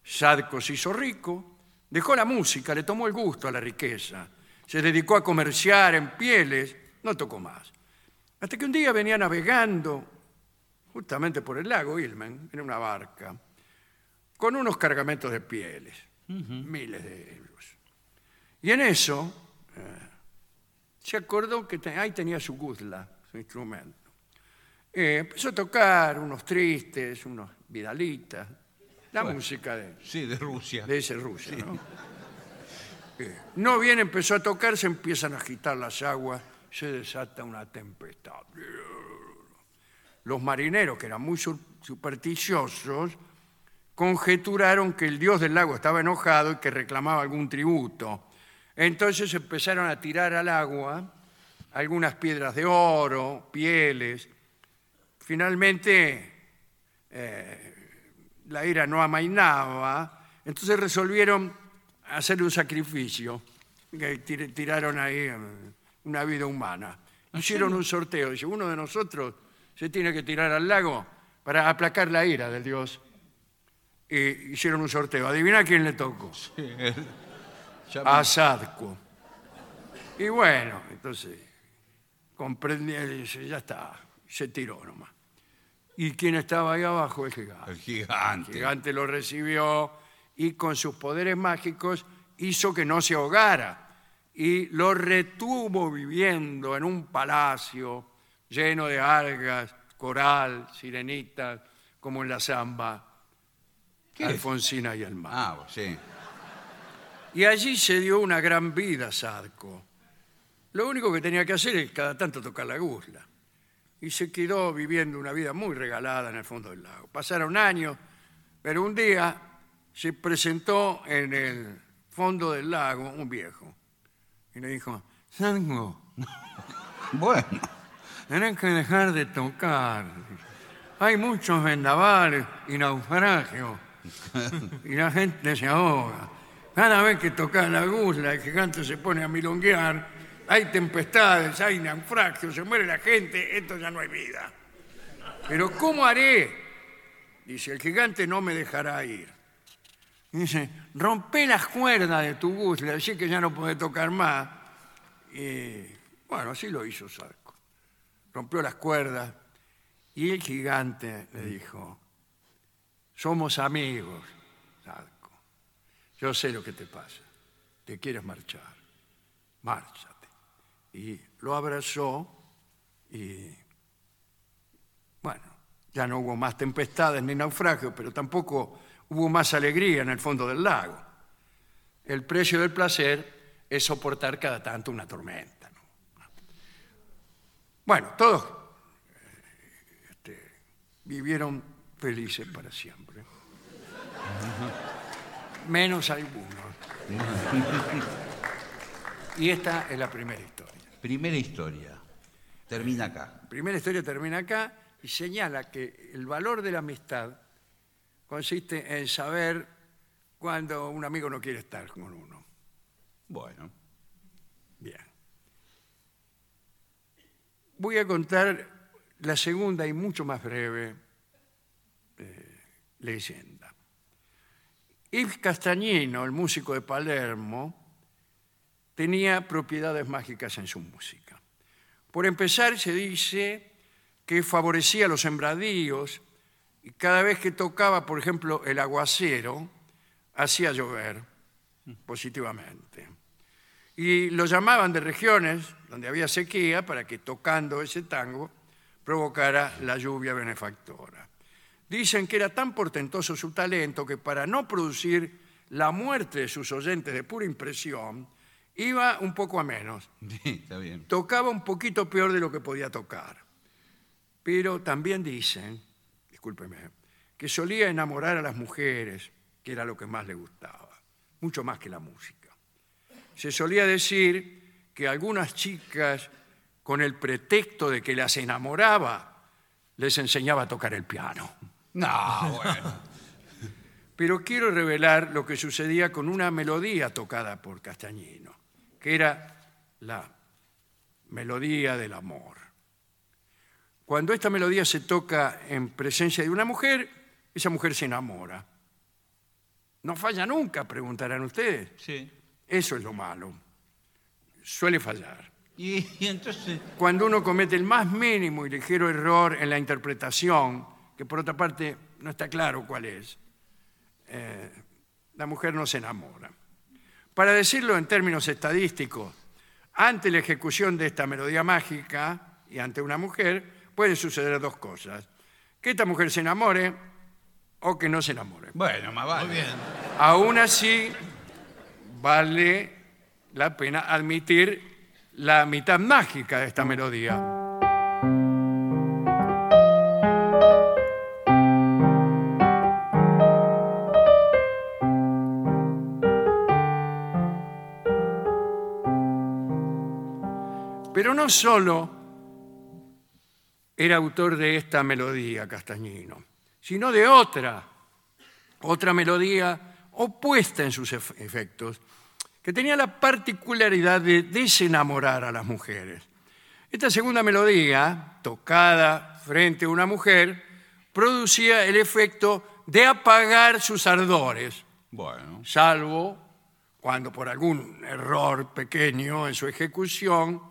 A: Sadko se hizo rico, dejó la música, le tomó el gusto a la riqueza, se dedicó a comerciar en pieles, no tocó más. Hasta que un día venía navegando justamente por el lago Ilmen, en una barca, con unos cargamentos de pieles, miles de euros. Y en eso eh, se acordó que te- ahí tenía su guzla, su instrumento. Eh, empezó a tocar unos tristes, unos vidalitas, la música de,
C: Sí, de Rusia.
A: de ese ruso. ¿no? Eh, no bien empezó a tocar, se empiezan a agitar las aguas, se desata una tempestad. Los marineros, que eran muy sur- supersticiosos, conjeturaron que el dios del lago estaba enojado y que reclamaba algún tributo. Entonces empezaron a tirar al agua algunas piedras de oro, pieles. Finalmente, la ira no amainaba, entonces resolvieron hacer un sacrificio, que tir- tiraron ahí mm, una vida humana. Hicieron un sorteo, dice, uno de nosotros se tiene que tirar al lago para aplacar la ira del dios. Y hicieron un sorteo, adivina quién le tocó.
C: Ya me-
A: A Sadko. Y bueno, entonces, comprendí, dice, ya está, se tiró nomás. Y quien estaba ahí abajo, el gigante.
C: El gigante.
A: El gigante lo recibió y con sus poderes mágicos hizo que no se ahogara y lo retuvo viviendo en un palacio lleno de algas, coral, sirenitas, como en la samba,
C: es?
A: Alfonsina y el mar.
C: Ah, sí.
A: Y allí se dio una gran vida Sadko. Lo único que tenía que hacer es cada tanto tocar la gusla. Y se quedó viviendo una vida muy regalada en el fondo del lago. Pasaron años, pero un día se presentó en el fondo del lago un viejo. Y le dijo, Sadko,
C: Bueno.
A: tenés que dejar de tocar. Hay muchos vendavales y naufragios. Y la gente se ahoga. Cada vez que tocas la gusla, el gigante se pone a milonguear. Hay tempestades, hay naufragios, se muere la gente, esto ya no hay vida. Pero ¿cómo haré? Dice, el gigante no me dejará ir. Dice, rompe las cuerdas de tu gusla, así que ya no podés tocar más. Y bueno, así lo hizo Sarko rompió las cuerdas y el gigante le dijo, somos amigos, Sadko. Yo sé lo que te pasa. Te quieres marchar. Márchate. Y lo abrazó y, bueno, ya no hubo más tempestades ni naufragios, pero tampoco hubo más alegría en el fondo del lago. El precio del placer es soportar cada tanto una tormenta. ¿no? Bueno, todos eh, este, vivieron felices para siempre. Menos algunos. Y esta es la primera historia.
C: Primera historia. Termina acá.
A: primera historia termina acá y señala que el valor de la amistad consiste en saber cuando un amigo no quiere estar con uno.
C: Bueno.
A: Bien. Voy a contar la segunda y mucho más breve eh, leyenda. Yves Castañino, el músico de Palermo, tenía propiedades mágicas en su música. Por empezar, se dice que favorecía los sembradíos y cada vez que tocaba, por ejemplo, el aguacero, hacía llover positivamente. Y lo llamaban de regiones donde había sequía para que tocando ese tango provocara la lluvia benefactora. Dicen que era tan portentoso su talento que para no producir la muerte de sus oyentes de pura impresión, iba un poco a menos
C: Sí, está bien.
A: tocaba un poquito peor de lo que podía tocar. Pero también dicen, discúlpeme, que solía enamorar a las mujeres, que era lo que más le gustaba, mucho más que la música. Se solía decir que algunas chicas, con el pretexto de que las enamoraba, les enseñaba a tocar el piano.
C: No, bueno.
A: Pero quiero revelar lo que sucedía con una melodía tocada por Castañino, que era la melodía del amor. Cuando esta melodía se toca en presencia de una mujer, esa mujer se enamora. No falla nunca, preguntarán ustedes.
C: Sí.
A: Eso es lo malo. Suele fallar.
C: Y, y entonces.
A: Cuando uno comete el más mínimo y ligero error en la interpretación, que por otra parte no está claro cuál es, eh, la mujer no se enamora. Para decirlo en términos estadísticos, ante la ejecución de esta melodía mágica y ante una mujer, pueden suceder dos cosas. Que esta mujer se enamore o que no se enamore.
C: Bueno, más vale.
B: Muy bien.
A: Aún así, vale la pena admitir la mitad mágica de esta melodía. Pero no solo era autor de esta melodía, Castañino, sino de otra otra melodía opuesta en sus ef- efectos, que tenía la particularidad de desenamorar a las mujeres. Esta segunda melodía, tocada frente a una mujer, producía el efecto de apagar sus ardores,
C: Bueno.
A: salvo cuando por algún error pequeño en su ejecución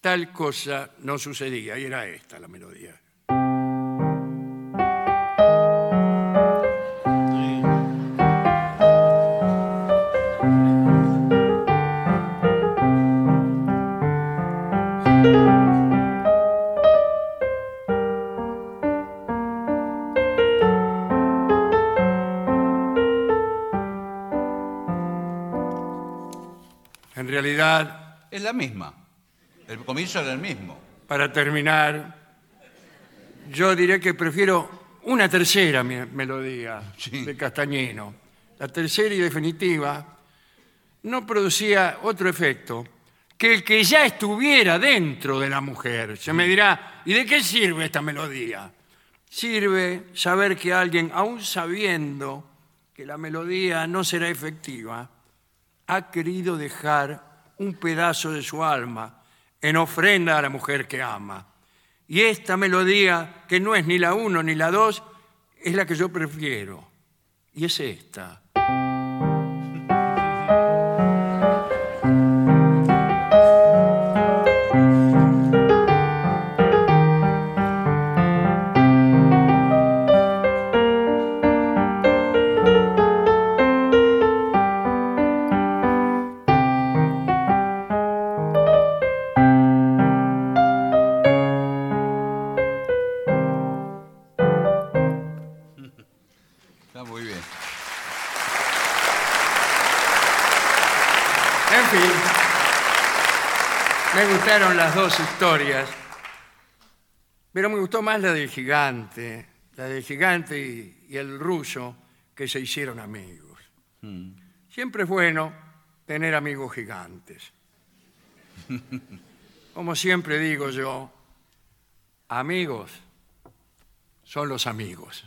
A: tal cosa no sucedía, y era esta la melodía. En realidad,
C: Es la misma. El comienzo era el mismo.
A: para terminar, yo diré que prefiero una tercera me- melodía
C: Sí.
A: de Castañino. La tercera y definitiva no producía otro efecto que el que ya estuviera dentro de la mujer. Se me dirá, ¿y de qué sirve esta melodía? Sirve saber que alguien, aun sabiendo que la melodía no será efectiva, ha querido dejar un pedazo de su alma en ofrenda a la mujer que ama. Y esta melodía, que no es ni la uno ni la dos, es la que yo prefiero. Y es esta.
C: Está muy bien.
A: En fin, me gustaron las dos historias, pero me gustó más la del gigante, la del gigante y, y el ruso que se hicieron amigos. Siempre es bueno tener amigos gigantes. Como siempre digo yo, amigos son los amigos.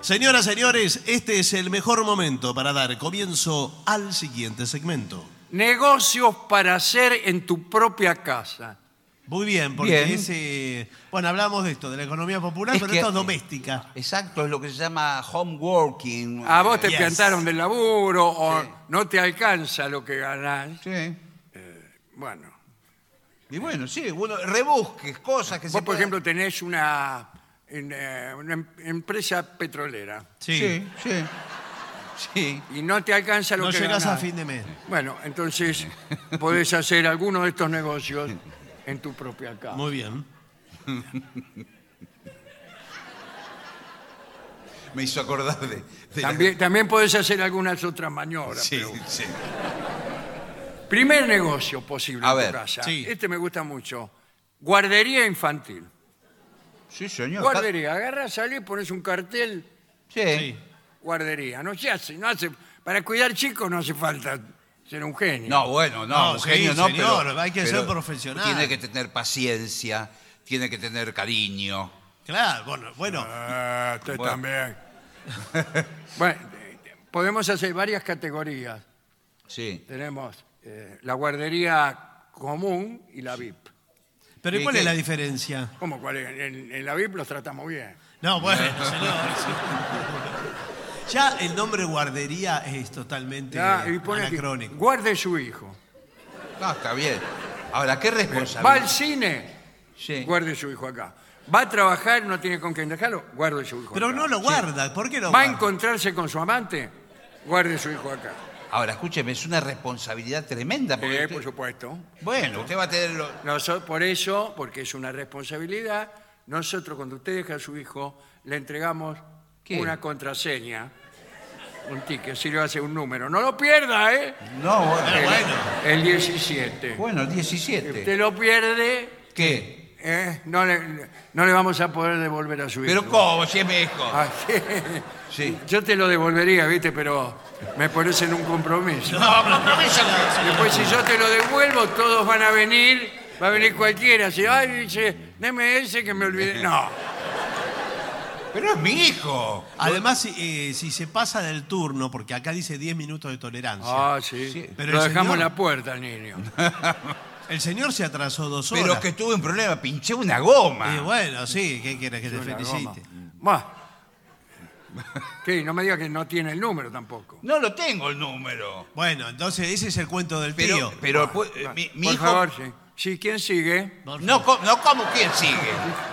B: Señoras, señores, este es el mejor momento para dar comienzo al siguiente segmento.
A: Negocios para hacer en tu propia casa.
B: Muy bien, porque
C: Bien.
B: ese. Bueno, hablamos de esto, de la economía popular,
C: Es
B: pero
C: que-
B: esto es doméstica.
C: Exacto, es lo que se llama home working.
A: A vos te
B: Yes.
A: piantaron del laburo o
C: Sí.
A: no te alcanza lo que ganás.
C: Sí.
A: Bueno,
C: Y bueno, sí, uno rebusques cosas que
A: vos,
C: se
A: por
C: puedan-
A: ejemplo, tenés una, en, eh, una em- empresa petrolera
B: Sí.
C: sí. Sí.
A: y no te alcanza lo
B: No
A: que
B: llegás a
A: ganás.
B: fin de mes.
A: Bueno, entonces podés hacer alguno de estos negocios en tu propia casa.
B: Muy bien.
C: Me hizo acordar de. de la-
A: También, también podés hacer algunas otras maniobras.
C: Sí,
A: pero-
C: sí.
A: Primer negocio posible
C: A
A: en tu
C: ver,
A: casa.
B: sí.
A: Este me gusta mucho. Guardería infantil.
C: Sí, señor.
A: Guardería. Agarrás, salís, pones un cartel,
C: Sí.
B: Sí.
A: guardería. No se hace, no hace. Para cuidar chicos no hace falta ser un genio.
C: No, bueno, no,
B: No,
C: un
B: sí,
C: genio no,
B: señor,
C: pero-
B: hay que
C: pero
B: ser profesional.
C: Tiene que tener paciencia, tiene que tener cariño.
B: Claro, bueno, bueno.
A: Ah, usted
C: Bueno.
A: también. bueno, eh, podemos hacer varias categorías.
C: Sí.
A: Tenemos eh, la guardería común y la VIP.
B: Pero ¿y
C: ¿Y
B: cuál
C: qué?
B: es la diferencia?
A: ¿Cómo cuál es? En, en la VIP los tratamos bien.
B: No, bueno, señor. sí. Ya el nombre guardería es totalmente
A: Ya, Ah, y pone aquí,
B: anacrónico.
A: guarde su hijo.
C: No, está bien. Ahora, ¿qué
A: Va al
C: responsabilidad?
A: cine,
C: Sí.
A: guarde su hijo acá. Va a trabajar, no tiene con quién dejarlo, guarde su hijo
B: Pero
A: acá.
B: no lo guarda, ¿por qué lo
A: Va a
B: guarda?
A: encontrarse con su amante, guarde su hijo acá.
C: Ahora, escúcheme, es una responsabilidad tremenda. Porque este
A: Eh,
C: usted-
A: por supuesto.
C: Bueno, usted va a tener... lo-
A: Noso- por eso, porque es una responsabilidad, nosotros cuando usted deja a su hijo, le entregamos
C: ¿Qué?
A: una contraseña, un ticket, si le hace un número. No lo pierda, ¿eh?
C: No, bueno.
B: Pero bueno,
A: El 17.
C: Bueno,
A: Si
C: 17.
A: usted lo pierde,
C: ¿Qué?
A: eh, no, le, no le vamos a poder devolver a su hijo.
C: Pero ¿cómo? Si es mi hijo.
A: Ah, sí.
C: Sí.
A: Yo te lo devolvería, ¿viste? Pero me pones en un compromiso. Después, si yo te lo devuelvo, todos van a venir, va a venir cualquiera. Si, ay, dice, deme ese que me olvidé. No.
C: Pero es mi hijo.
B: además, si, eh, si se pasa del turno, porque acá dice 10 minutos de tolerancia,
A: Ah, sí.
C: Sí,
B: pero
A: lo
B: el
A: dejamos en
B: señor-
A: la puerta al niño.
B: el señor se atrasó dos horas.
C: Pero que tuve un problema, pinché una goma.
B: Y bueno, sí, ¿qué quieres que te
A: Una
B: felicite?
A: goma. Bah. ¿Qué? No me diga que no tiene el número tampoco.
C: No lo tengo el número.
B: Bueno, entonces ese es el cuento del
C: Pero,
B: tío.
C: pero pu-
B: pues,
C: eh, mi, mi
A: Por
C: hijo...
A: favor, sí. Sí, ¿quién sigue?
B: Por
C: No,
B: favor.
C: co- no como quién sigue.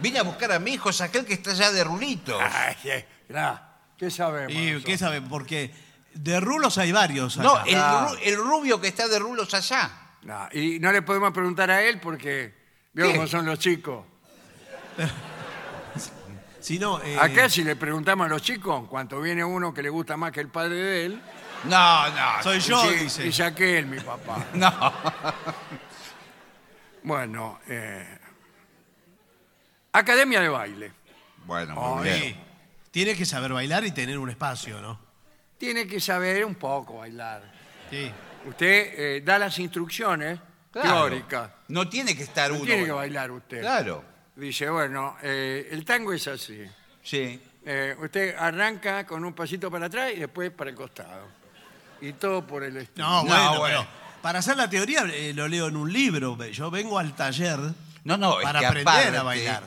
C: Vine a buscar a mi hijo, es aquel que está allá de rulitos.
A: Ay, sí. Nah, ¿Qué sabemos?
B: ¿Y qué
A: nosotros?
B: sabe? Porque de rulos hay varios. Acá.
A: eh,
C: No, el, ru- el rubio que está de rulos allá.
A: Nah, y no le podemos preguntar a él porque vio
C: ¿Qué?
A: cómo son los chicos.
B: Si no, eh,
A: Acá si le preguntamos a los chicos, cuando viene uno que le gusta más que el padre de él,
C: No, no.
B: soy yo,
A: dice-
B: dice.
A: dice aquel, mi papá.
C: No.
A: Bueno, eh, academia de baile.
C: Bueno,
A: muy
B: Sí. Tiene que saber bailar y tener un espacio, ¿no?
A: Tiene que saber un poco bailar.
B: Sí.
A: Usted eh, da las instrucciones teóricas.
C: No tiene que estar
A: No
C: uno.
A: tiene que bailar usted.
C: Claro.
A: Dice, bueno, eh, el tango es así.
C: Sí.
A: Eh, usted arranca con un pasito para atrás y después para el costado. Y todo por el estilo.
B: No,
C: No,
B: bueno,
C: bueno.
B: pero para hacer la teoría eh, lo leo en un libro. Yo vengo al taller.
C: No, no, es
B: Para
C: que
B: aprender a
C: aparte,
B: bailar.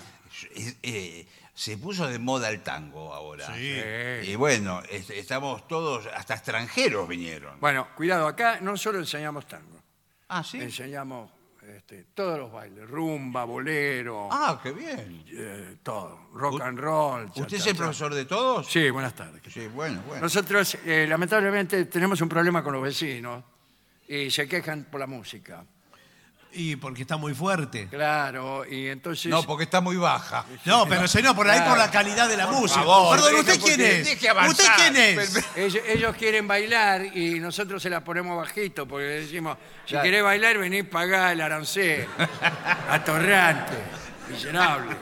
C: es- eh, se puso de moda el tango ahora.
B: Sí.
C: Y bueno, es- estamos todos, hasta extranjeros vinieron.
A: Bueno, cuidado, acá no solo enseñamos tango,
C: Ah, sí.
A: enseñamos este, todos los bailes, rumba, bolero,
C: Ah, qué bien.
A: eh, todo, rock and roll. cha,
C: ¿Usted es
A: cha,
C: el
A: cha.
C: profesor de todos?
A: Sí, buenas tardes.
C: Sí, bueno, bueno.
A: Nosotros, eh, lamentablemente, tenemos un problema con los vecinos y se quejan por la música.
B: Y porque está muy fuerte.
A: Claro, y entonces...
C: No, porque está muy baja.
B: No, pero señor, por ahí por la calidad de la música.
C: favor,
B: Perdón,
C: deje,
B: ¿usted quién
C: porque
B: es?
C: deje avanzar.
B: ¿Usted quién es?
C: Pero-
A: Ellos, ellos quieren bailar y nosotros se la ponemos bajito porque le decimos, si
C: Claro.
A: querés bailar, venís pagá el arancel. Atorrante, miserable.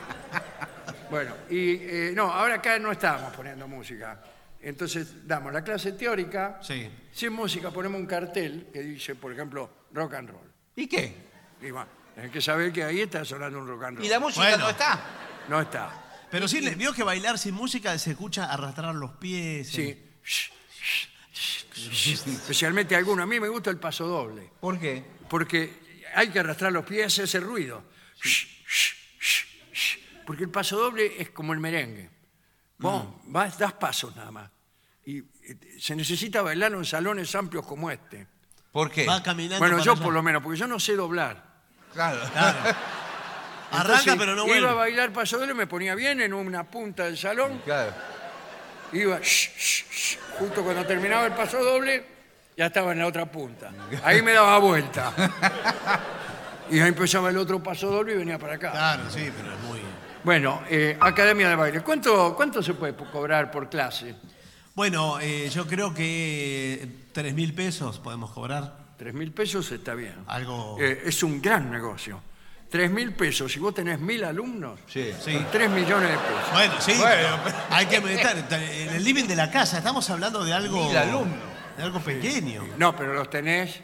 A: Bueno, y eh, no, ahora acá no estamos poniendo música. Entonces damos la clase teórica,
B: Sí.
A: sin música ponemos un cartel que dice, por ejemplo, rock and roll.
C: ¿Y qué?
A: Y bueno, hay que saber que ahí está sonando un rock and roll.
C: ¿Y la música
B: Bueno.
C: no está?
A: No está.
B: Pero sí, le- vio que bailar sin música se escucha arrastrar los pies.
A: Sí. Especialmente alguno. A mí me gusta el paso doble.
C: ¿Por qué?
A: porque hay que arrastrar los pies ese ruido. Sh, sh, sh, sh. Porque el paso doble es como el merengue. Vos
B: Mm.
A: vas, das pasos nada más. Y eh, se necesita bailar en salones amplios como este.
C: ¿Por qué?
B: eh, Va caminando.
A: Bueno,
B: para
A: yo
B: allá.
A: por lo menos, porque yo no sé doblar.
C: Claro.
B: Arranca,
A: Entonces,
B: pero no
A: Iba a
B: vuelve.
A: bailar paso doble, me ponía bien en una punta del salón,
C: claro.
A: iba, sh, sh, sh. justo cuando terminaba el paso doble, ya estaba en la otra punta. Ahí me daba vuelta. Y ahí empezaba el otro paso doble y venía para acá.
B: Claro, sí, pero es muy.
A: Bueno, eh, Academia de Baile. ¿Cuánto, ¿Cuánto se puede po- cobrar por clase?
B: Bueno, eh, yo creo que tres mil pesos podemos cobrar.
A: Tres mil pesos está bien.
B: Algo.
A: Eh, es un gran negocio. Tres mil pesos, si vos tenés mil alumnos,
C: Sí.
B: Sí.
A: tres millones de pesos.
B: Bueno, sí.
C: Bueno,
B: pero Hay que meditar. En el living de la casa estamos hablando de algo.
C: Mil alumnos.
B: De algo pequeño.
A: No, pero los tenés,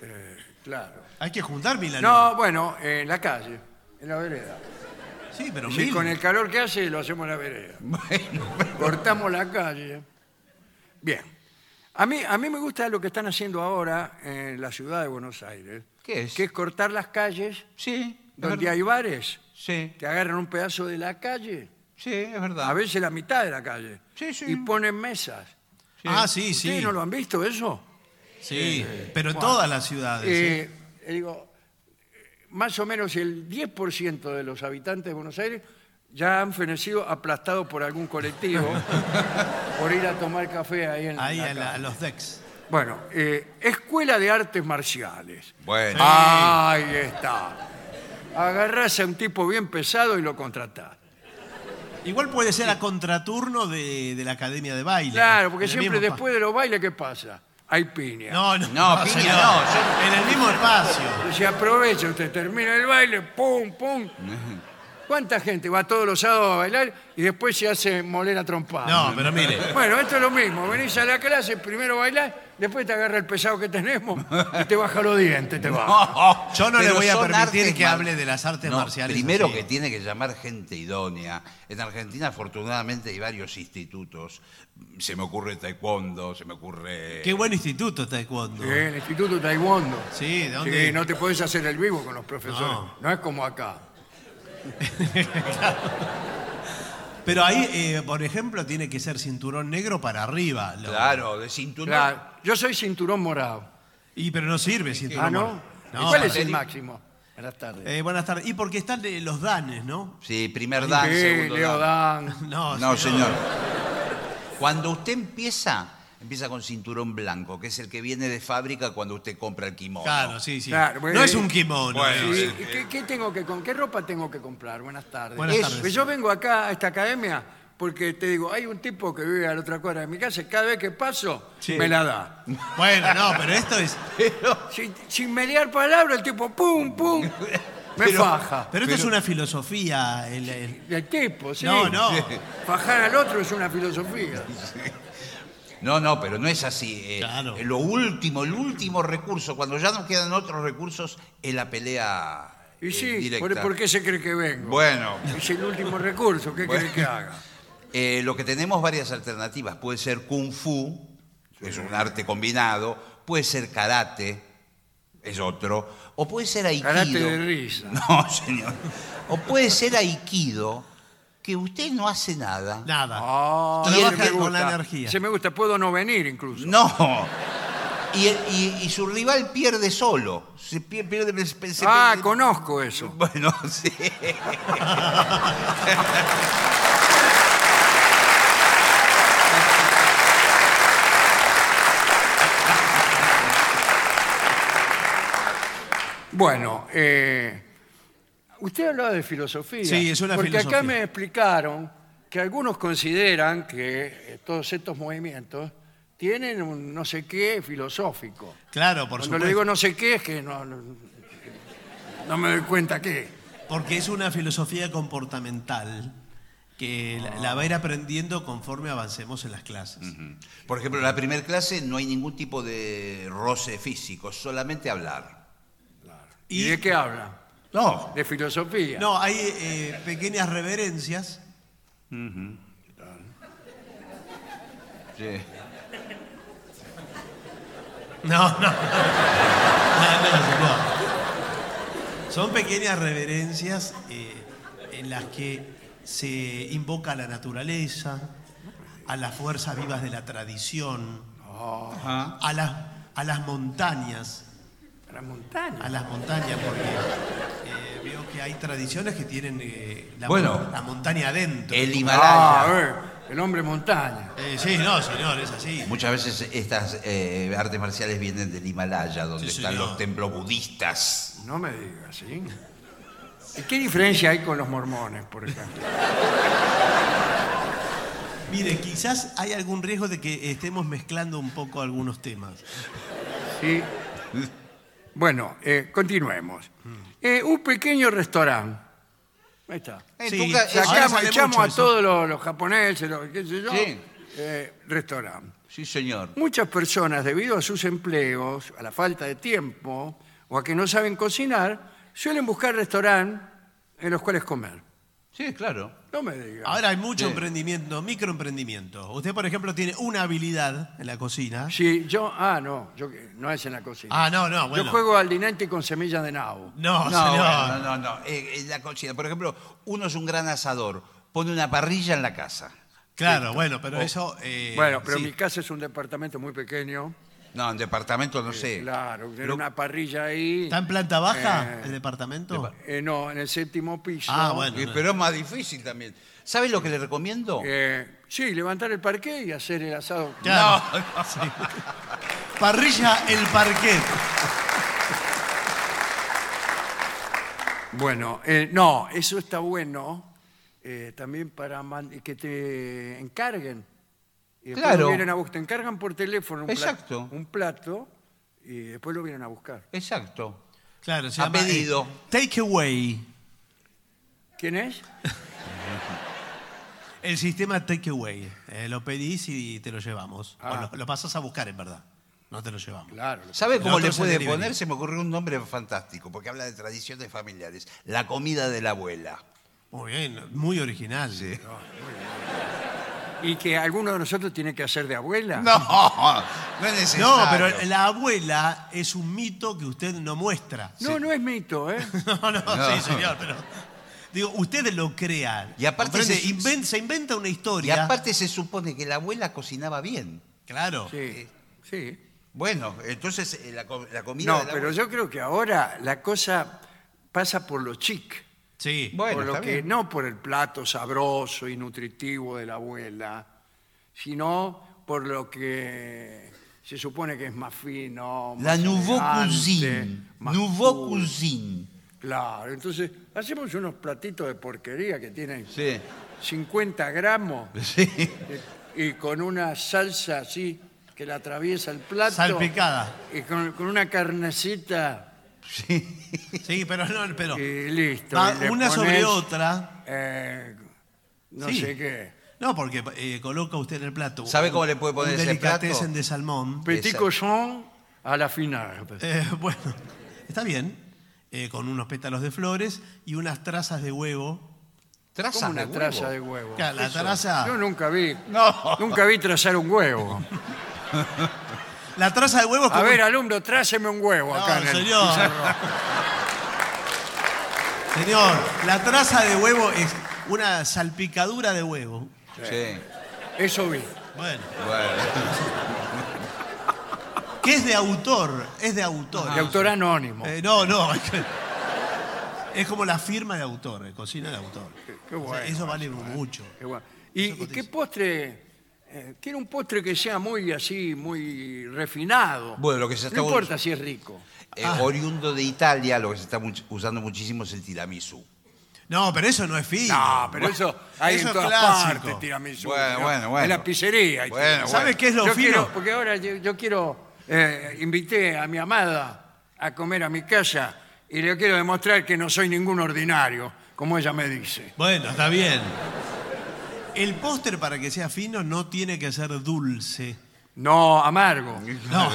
A: eh, claro.
B: Hay que juntar mil alumnos.
A: No, bueno, eh, en la calle, en la vereda.
B: Sí, pero
A: Si
B: mil.
A: con el calor que hace, lo hacemos en la vereda.
C: Bueno,
A: Cortamos la calle. Bien. A mí, a mí me gusta lo que están haciendo ahora en la ciudad de Buenos Aires.
C: ¿Qué es?
A: Que es cortar las calles
C: sí. es
A: donde
C: verdad.
A: hay bares.
C: Sí,
A: que agarran un pedazo de la calle,
C: sí, es verdad.
A: a veces la mitad de la calle,
C: Sí, sí.
A: y ponen mesas.
B: Ah, sí,
A: ¿Ustedes
B: sí.
A: no lo han visto eso?
B: Sí, pero en todas las ciudades. ¿eh?
A: Eh, eh, digo, eh, más o menos el 10% de los habitantes de Buenos Aires ya han fenecido aplastados por algún colectivo por ir a tomar café ahí en
B: Ahí
A: la
B: a, la-
A: calle.
B: a los decks.
A: Bueno, eh, Escuela de Artes Marciales.
C: Bueno.
A: Ahí está. Agarrás a un tipo bien pesado y lo contratás.
B: Igual puede ser a contraturno de, de la academia de baile.
A: Claro, porque
B: En el
A: siempre
B: mismo
A: después de los bailes, ¿qué pasa? Hay piña.
B: espacio. No, no,
C: No, piña
B: señor.
C: no, yo-
B: En el mismo espacio.
A: Se aprovecha, usted termina el baile, pum, pum. ¿Cuánta gente va todos los sábados a bailar y después se hace moler a trompada?
B: No, pero mire.
A: Bueno, esto es lo mismo. Venís a la clase, primero bailás, después te agarra el pesado que tenemos y te baja los dientes, te baja.
B: Yo no le
C: Ah. Oh, Pero
B: voy a
C: son
B: permitir
C: artes
B: que
C: mar-
B: hable de las artes
C: No,
B: marciales.
C: Primero
B: así.
C: que tiene que llamar gente idónea. En Argentina, afortunadamente, hay varios institutos. Se me ocurre taekwondo, se me ocurre...
B: Qué buen instituto está Taekwondo.
A: Sí, el Instituto Taekwondo.
B: Sí, ¿de dónde?
A: Sí, no te podés hacer el vivo con los profesores.
B: No.
A: No es como acá.
B: Pero ahí, eh, por ejemplo, tiene que ser cinturón negro para arriba. lo-
C: Claro, de cinturón.
A: Claro, Yo soy cinturón morado.
B: Y pero no sirve cinturón.
A: Ah, ¿no?
B: morado. No,
A: ¿Y ¿Cuál es
B: para-
A: el máximo? Buenas tardes.
B: Eh, buenas tardes. Y porque están eh, los danes, ¿no?
C: Sí, primer dan,
A: Sí,
C: segundo
A: Leo
C: dan.
A: Dan.
B: No,
C: No, señor. Cuando usted empieza, empieza con cinturón blanco, que es el que viene de fábrica cuando usted compra el kimono.
B: Claro, sí, sí.
A: Claro, bueno,
B: no es
A: eh,
B: un kimono.
C: bueno,
B: eh.
A: Sí, ¿y ¿Qué, qué tengo que con qué ropa tengo que comprar? Buenas tardes.
B: Buenas
A: Eso.
B: tardes.
A: Yo vengo acá a esta academia porque te digo, hay un tipo que vive a la otra cuadra de mi casa y cada vez que paso me la da.
B: Bueno, no, pero esto es.
A: Sin, sin mediar palabra, el tipo pum pum me faja.
B: Pero esto es una filosofía. el- el-
A: El tipo, sí.
B: No, no.
A: Fajar al otro es una filosofía.
C: No, no, pero no es así. Eh,
B: Claro.
C: eh, Lo último, el último recurso, cuando ya no quedan otros recursos, es la pelea
A: Y
C: eh,
A: sí,
C: directa.
A: ¿por, por qué se cree que vengo?
C: Bueno,
A: Es el último recurso, ¿qué
C: Bueno.
A: crees que haga?
C: eh, lo que tenemos varias alternativas. Puede ser kung fu, que es un arte combinado. Puede ser karate, es otro. O puede ser aikido.
A: Karate de risa.
C: No, señor. O puede ser aikido, que usted no hace nada.
B: Nada.
A: Ah,
B: Trabaja
A: ese me
B: con
A: gusta.
B: la energía.
A: Ese me gusta, puedo no venir incluso.
C: No. Y, y- y su rival pierde solo. Se pie- pierde, se pe- se
A: ah,
C: pierde-
A: conozco eso.
C: Bueno, sí.
A: Bueno, eh, usted hablaba de filosofía.
B: Sí, es una
A: porque
B: filosofía.
A: acá me explicaron que algunos consideran que eh, todos estos movimientos tienen un no sé qué filosófico.
B: Claro, por
A: Cuando
B: supuesto.
A: le digo no sé qué es que no, no, no me doy cuenta qué.
B: Porque es una filosofía comportamental que la, la va a ir aprendiendo conforme avancemos en las clases.
C: Por ejemplo, en la primera clase no hay ningún tipo de roce físico, solamente hablar.
A: ¿Y, de qué habla?
C: No.
A: De filosofía.
B: No, hay eh, pequeñas reverencias.
C: Sí.
B: No, no. no, no, no. Son pequeñas reverencias eh, en las que se invoca a la naturaleza, a las fuerzas vivas de la tradición, a, las, a las montañas,
A: La montaña.
B: a las montañas, porque eh, veo que hay tradiciones que tienen eh, la,
C: Bueno.
B: la montaña adentro.
C: El
A: Ah, a
C: Himalaya.
A: ver, el hombre montaña.
B: Eh, sí, no, señor, es así.
C: Muchas veces estas eh, artes marciales vienen del Himalaya, donde
B: Sí,
C: están
B: señor.
C: los templos budistas.
A: No me digas, ¿sí? ¿Y qué diferencia hay con los mormones, por ejemplo?
B: Mire, quizás hay algún riesgo de que estemos mezclando un poco algunos temas.
A: Sí. Bueno, eh, continuemos. Eh, un pequeño restaurante. Ahí está.
C: En
B: Sí,
C: tu ca-
B: sí,
C: Eh, acá-
B: ahora
A: Sacamos,
B: sale
A: echamos
B: mucho
A: a
B: eso.
A: todos los, los japoneses, los, qué sé yo,
C: Sí.
A: eh, restaurante.
C: Sí, señor.
A: Muchas personas, debido a sus empleos, a la falta de tiempo o a que no saben cocinar, suelen buscar restaurantes en los cuales comer.
C: Sí, claro.
A: No me digas.
B: Ahora hay mucho
C: Sí.
B: emprendimiento, microemprendimiento. Usted, por ejemplo, tiene una habilidad en la cocina.
A: Sí, yo. Ah, no, yo que- no es en la cocina.
B: Ah, no, no, bueno.
A: Yo juego al dinante con semillas de nabo.
B: No,
C: No,
B: señor.
C: bueno, no, no. Eh, eh, la cocina. Por ejemplo, uno es un gran asador, pone una parrilla en la casa.
B: Claro, bueno, pero eso. eh,
A: Oh. bueno, pero
B: sí.
A: mi casa es un departamento muy pequeño.
C: No, en departamento no sé.
A: Claro, tiene
C: Lo-
A: una parrilla ahí.
B: ¿Está en planta baja
A: Eh,
B: el departamento?
A: Eh, no, en el séptimo piso.
B: Ah, bueno.
C: Eh, pero es más difícil también. ¿Sabes lo que le recomiendo?
A: Eh, sí, levantar el parqué y hacer el asado.
B: Claro. Sí. Parrilla el parquet.
A: Bueno, eh, no, eso está bueno eh, también para man- que te encarguen. Y después
C: Claro.
A: lo vienen a buscar. Te encargan por teléfono un, pla-
C: Exacto.
A: un plato y después lo vienen a buscar.
C: Exacto.
B: Claro, se
C: A
B: llama, eh,
C: pedido.
B: Take away.
A: ¿Quién es?
B: El sistema takeaway. Eh, lo pedís y te lo llevamos.
A: Ah.
B: O lo, lo pasás a buscar, en verdad. No te lo llevamos.
A: Claro. lo-
C: ¿Sabe
B: El
C: cómo
B: otro
C: le
B: es el
C: puede
B: delivery.
C: poner? Se me ocurrió un nombre fantástico, porque habla de tradiciones familiares. La comida de la abuela.
B: Muy bien, muy original.
A: ¿Y que alguno de nosotros tiene que hacer de abuela?
C: No, no es necesario.
B: No, pero la abuela es un mito que usted no muestra.
A: No, no es mito, ¿eh?
B: No, no,
C: No.
B: sí, señor, pero. Digo, usted lo crea.
C: Y aparte
B: ¿comprende?
C: se-
B: Inven- se inventa una
C: Y
B: historia.
C: aparte se supone que la abuela cocinaba bien.
B: Claro.
A: Sí, sí.
C: Bueno, entonces eh, la, co- la comida
A: No,
C: de la
A: pero yo creo que ahora la cosa pasa por lo chic.
B: Sí.
C: Bueno,
A: por lo
C: está
A: que
C: bien.
A: no por el plato sabroso y nutritivo de la abuela, sino por lo que se supone que es más fino.
C: La
A: más
C: nouveau
A: elegante,
C: cuisine.
A: más
C: Nouveau
A: cool.
C: cuisine.
A: Claro, entonces hacemos unos platitos de porquería que tienen
C: Sí.
A: 50 gramos
C: Sí.
A: eh, y con una salsa así que la atraviesa el plato.
B: Salpicada.
A: Y con, con una carnecita
B: Sí, pero no, pero.
A: y listo.
B: va
A: y le
B: una sobre
A: ponés,
B: otra.
A: eh, no
B: Sí.
A: sé qué.
B: No, porque eh, coloca usted en el plato.
C: ¿Sabe
B: un-
C: cómo le puede poner
B: un
C: ese plato?
B: delicatessen de salmón.
A: Petit
C: Exacto.
A: cochon a la final.
B: Eh, bueno, está bien. Eh, con unos pétalos de flores y unas trazas de huevo.
C: Traza
A: Como una traza de huevo.
B: Claro, la
A: Eso.
B: traza-
A: Yo nunca vi.
C: No.
A: Nunca vi trazar un huevo.
B: La traza de huevo es
A: A
B: como-
A: ver, alumno, tráceme un huevo
B: No,
A: acá en el
B: señor.
A: pizarrón.
B: Señor, la traza de huevo es una salpicadura de huevo.
C: Sí.
A: Eso vi.
B: Bueno.
C: Bueno.
B: Que es de autor, es de autor.
A: De autor anónimo.
B: Ah, Eh, no, no. es que- Es como la firma de autor, eh, cocina de autor.
A: qué
B: O sea,
A: bueno eh.
B: eso vale mucho.
A: Qué guay. ¿Y, y qué postre? eh, quiero un postre que sea muy así, muy refinado.
C: Bueno, lo que se está
A: No
C: us-
A: importa si es rico.
C: Eh, oriundo de Italia, lo que se está much- usando muchísimo es el tiramisú.
B: No, pero eso no es fino.
A: No, pero eso hay
B: Eso
A: en
B: es
A: todas
B: clásico.
A: partes tiramisú.
C: Bueno,
A: ¿no?
C: bueno, bueno.
A: En la pizzería. hay
C: Bueno,
A: tiramisú.
B: ¿Sabe qué es lo
A: yo
B: fino?
A: quiero- porque ahora yo, yo quiero, eh, invité a mi amada a comer a mi casa y le quiero demostrar que no soy ningún ordinario, como ella me dice.
B: Bueno, está bien. El póster para que sea fino no tiene que ser dulce.
A: No, amargo.
B: No,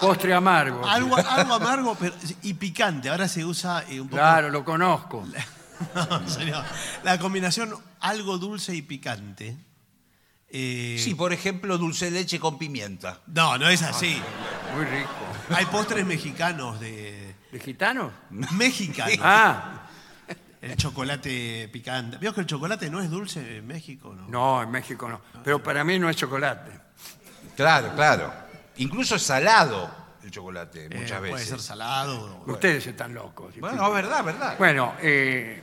A: Postre amargo.
B: algo, algo amargo pero- y picante. Ahora se usa eh, un poco.
A: Claro, lo conozco.
B: No, señor. La combinación algo dulce y picante. Eh,
C: Sí, por ejemplo, dulce de leche con pimienta.
B: No, no es así.
A: Muy rico.
B: Hay postres mexicanos de.
A: ¿De gitano?
B: Mexicanos.
A: Ah,
B: El chocolate picante. ¿Vio que el chocolate no es dulce en México? No.
A: no, en México no. Pero para mí no es chocolate.
C: Claro, claro. Incluso salado el chocolate,
B: Eh,
C: muchas
B: Puede
C: veces.
B: ser salado. o-
A: Ustedes están locos.
C: Bueno, es verdad, verdad.
A: Bueno, eh,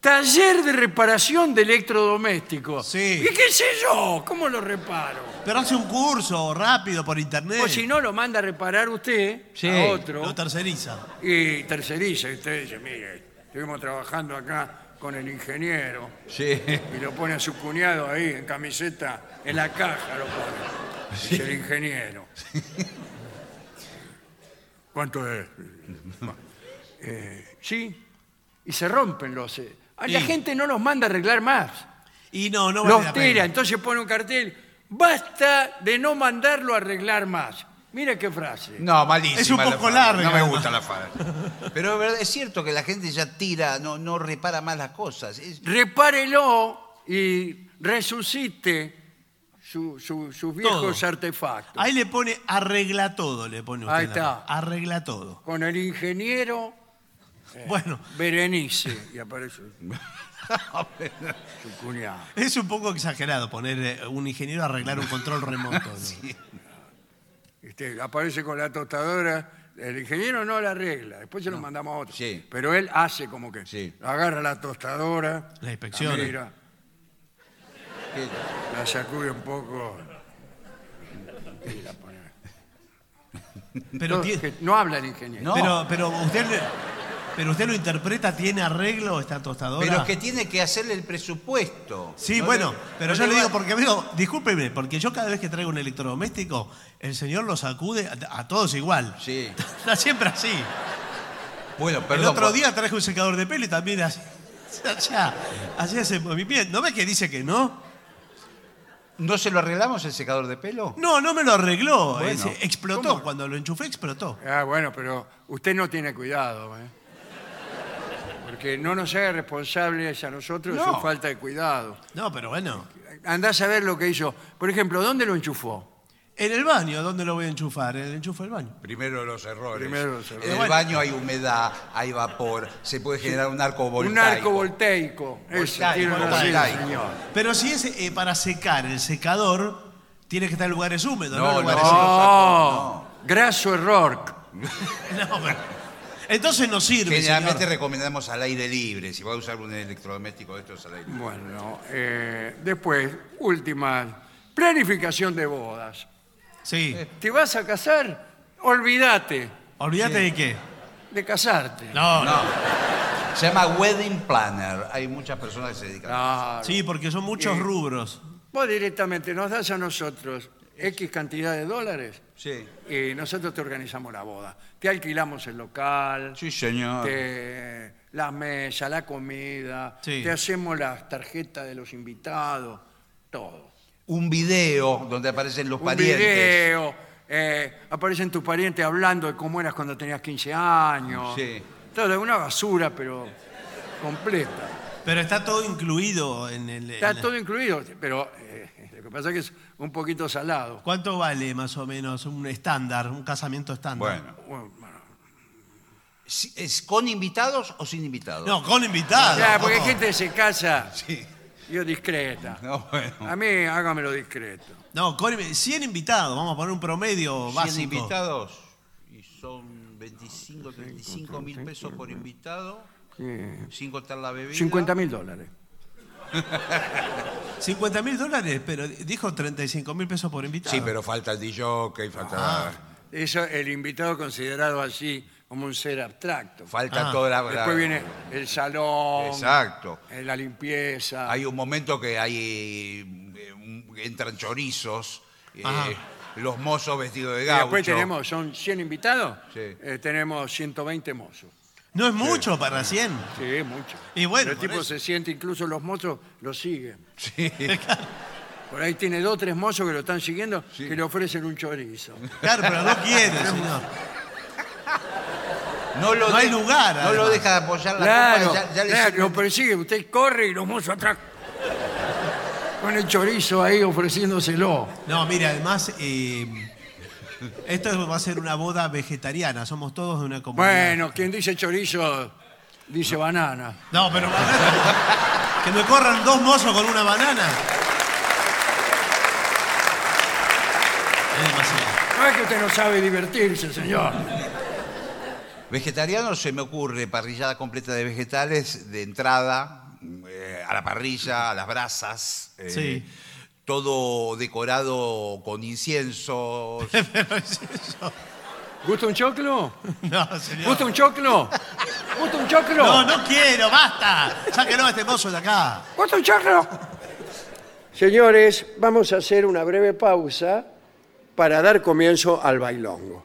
A: taller de reparación de electrodomésticos.
B: Sí.
A: ¿Y qué sé yo? ¿Cómo lo reparo?
B: Pero hace un curso rápido por internet.
A: O si no, lo manda a reparar usted
C: Sí.
A: a otro
B: Lo terceriza.
A: y terceriza. Y usted dice, mire, estuvimos trabajando acá con el ingeniero
C: Sí.
A: y lo pone a su cuñado ahí en camiseta, en la caja lo pone. Dice el ingeniero. ¿Cuánto es? Eh, sí, y se rompen los... eh, a La
B: Sí.
A: gente no los manda a arreglar más.
B: Y no, no vale
A: Los
B: la
A: tira,
B: pena.
A: entonces pone un cartel, basta de no mandarlo a arreglar más. Mira qué frase.
C: No, malísima.
B: Es un
C: la
B: poco
C: frase.
B: larga,
C: No me
B: además.
C: gusta la frase. Pero es verdad, es cierto que la gente ya tira, no, no repara más las cosas. Es-
A: Repárelo y resucite su- su- sus viejos
B: Todo.
A: artefactos.
B: Ahí le pone arregla todo, le pone usted.
A: Ahí
B: la-
A: está.
B: Arregla todo.
A: Con el ingeniero Eh.
B: Bueno,
A: Berenice. Y aparece su cuñado.
B: es un poco exagerado poner eh, un ingeniero a arreglar un control remoto. ¿no?
A: Este, aparece con la tostadora. El ingeniero no la arregla, después se lo mandamos a otro.
C: Sí.
A: Pero él hace como que
C: Sí.
A: agarra la tostadora,
B: La inspecciona.
A: la Ah, mira,
C: que-
A: La sacude un poco. Y la pone.
B: Pero,
A: no,
B: tie-
A: que no habla el ingeniero.
C: No.
B: pero, pero usted, le- pero usted lo interpreta, ¿tiene arreglo esta tostadora?
C: Pero es que tiene que hacerle el presupuesto.
B: Sí,
C: No
B: bueno,
C: le-
B: pero
C: no
B: yo le
C: va-
B: digo porque veo, discúlpeme, porque yo cada vez que traigo un electrodoméstico, el señor lo sacude a, a todos igual.
C: Sí.
B: Está siempre así.
C: Bueno, perdón.
B: el otro
C: por-
B: día traje un secador de pelo y también así. Allá, hacía ese movimiento. ¿No ves que dice que no?
C: ¿No se lo arreglamos el secador de pelo?
B: No, no me lo arregló.
C: Bueno.
B: Ese explotó.
A: ¿Cómo?
B: Cuando lo enchufé, explotó.
A: Ah, bueno, pero usted no tiene cuidado, ¿eh? Porque no nos haga responsables a nosotros de su
C: No.
A: falta de cuidado.
B: No, pero bueno.
A: Andá a saber lo que hizo. Por ejemplo, ¿dónde lo enchufó?
B: En el baño, ¿dónde lo voy a enchufar? En el enchufe del baño.
C: Primero los errores.
A: Primero los errores.
C: En el
B: Bueno.
C: baño hay humedad, hay vapor, se puede generar un arco voltaico.
A: Un arco voltaico. Eso,
C: Voltaico,
A: tiene razón,
C: voltaico.
A: señor.
B: Pero si es eh, para secar el secador, tiene que estar en lugares húmedos, no,
C: No,
B: en lugares
C: no.
B: secos.
A: No, graso error.
B: No, pero- Entonces no sirve.
C: Generalmente
B: señor.
C: recomendamos al aire libre. Si va a usar un electrodoméstico de estos al aire libre.
A: Bueno, eh, después, última. Planificación de bodas.
B: Sí.
A: ¿Te vas a casar? Olvídate
B: Olvídate de qué.
A: de casarte.
B: No, no.
C: Se llama wedding planner. Hay muchas personas que se dedican.
A: Claro.
B: Sí, porque son muchos rubros.
A: Vos directamente nos das a nosotros X cantidad de dólares
C: Sí.
A: y nosotros te organizamos la boda. Te alquilamos el local,
C: Sí, señor.
A: te- la mesa, la comida,
B: Sí.
A: te hacemos las tarjetas de los invitados, todo.
C: Un video donde aparecen los
A: Un
C: parientes.
A: video, eh, aparecen tus parientes hablando de cómo eras cuando tenías 15 años.
C: Sí.
A: Todo, una basura, pero completa.
B: Pero está todo incluido en el. en
C: Eh,
A: Está
B: la-
A: todo incluido, pero eh, lo que pasa es que es un poquito salado.
B: ¿Cuánto vale más o menos un estándar, un casamiento estándar?
C: Bueno.
A: Bueno,
C: Si- ¿Es con invitados o sin invitados?
B: No, con invitados.
A: Claro, porque
B: no.
A: hay gente que se casa,
C: Sí.
A: yo discreta.
C: No, bueno.
A: A mí hágamelo discreto.
B: No, con invi- 100 invitados, vamos a poner un promedio
C: 100
B: básico.
C: invitados. Y son 25, 35 mil pesos por invitado. Sin contar la bebida.
A: 50 mil dólares.
B: 50 mil dólares, pero dijo 35 mil pesos por invitado.
C: Sí, pero falta el DJ, falta,
A: Ah. Eso el invitado considerado así como un ser abstracto.
C: falta
B: Ah.
C: toda la... la-
A: Después viene el salón,
C: Exacto.
A: eh, la limpieza.
C: Hay un momento que hay eh, un- entran chorizos, eh,
B: Ajá.
C: los mozos vestidos de
A: Y
C: gaucho.
A: después tenemos, son 100 invitados,
C: Sí.
A: eh, tenemos 120 mozos.
B: No es mucho para 100.
A: Sí, mucho.
B: Y bueno,
A: el
B: por
A: tipo
B: eso.
A: se siente, incluso los mozos lo siguen. Por ahí tiene dos, tres mozos que lo están siguiendo que le ofrecen un chorizo.
B: Claro, pero no quiere, señor.
C: No, lo
B: No hay
C: de-
B: lugar,
C: No lo
B: además.
C: deja apoyar la
A: Claro,
C: copa. Ya, ya le
A: claro,
C: sirve-
A: lo persigue. Usted corre y los mozos atrás. Con el chorizo ahí ofreciéndoselo.
B: No, mire, además, eh, esto va a ser una boda vegetariana. Somos todos de una comunidad.
A: Bueno, quien dice chorizo dice banana.
B: No, pero que me corran dos mozos con una banana. Es demasiado.
A: No es que usted no sabe divertirse, señor.
C: Vegetariano se me ocurre parrillada completa de vegetales de entrada eh, a la parrilla, a las brasas. eh,
B: Sí.
C: Todo decorado con incienso.
A: ¿Gusta un choclo?
B: No, señor.
A: ¿Gusta un choclo? ¿Gusta un choclo?
B: No, no quiero, basta. Sáquenlo a este mozo de acá.
A: ¿Gusta un choclo? Señores, vamos a hacer una breve pausa para dar comienzo al bailongo.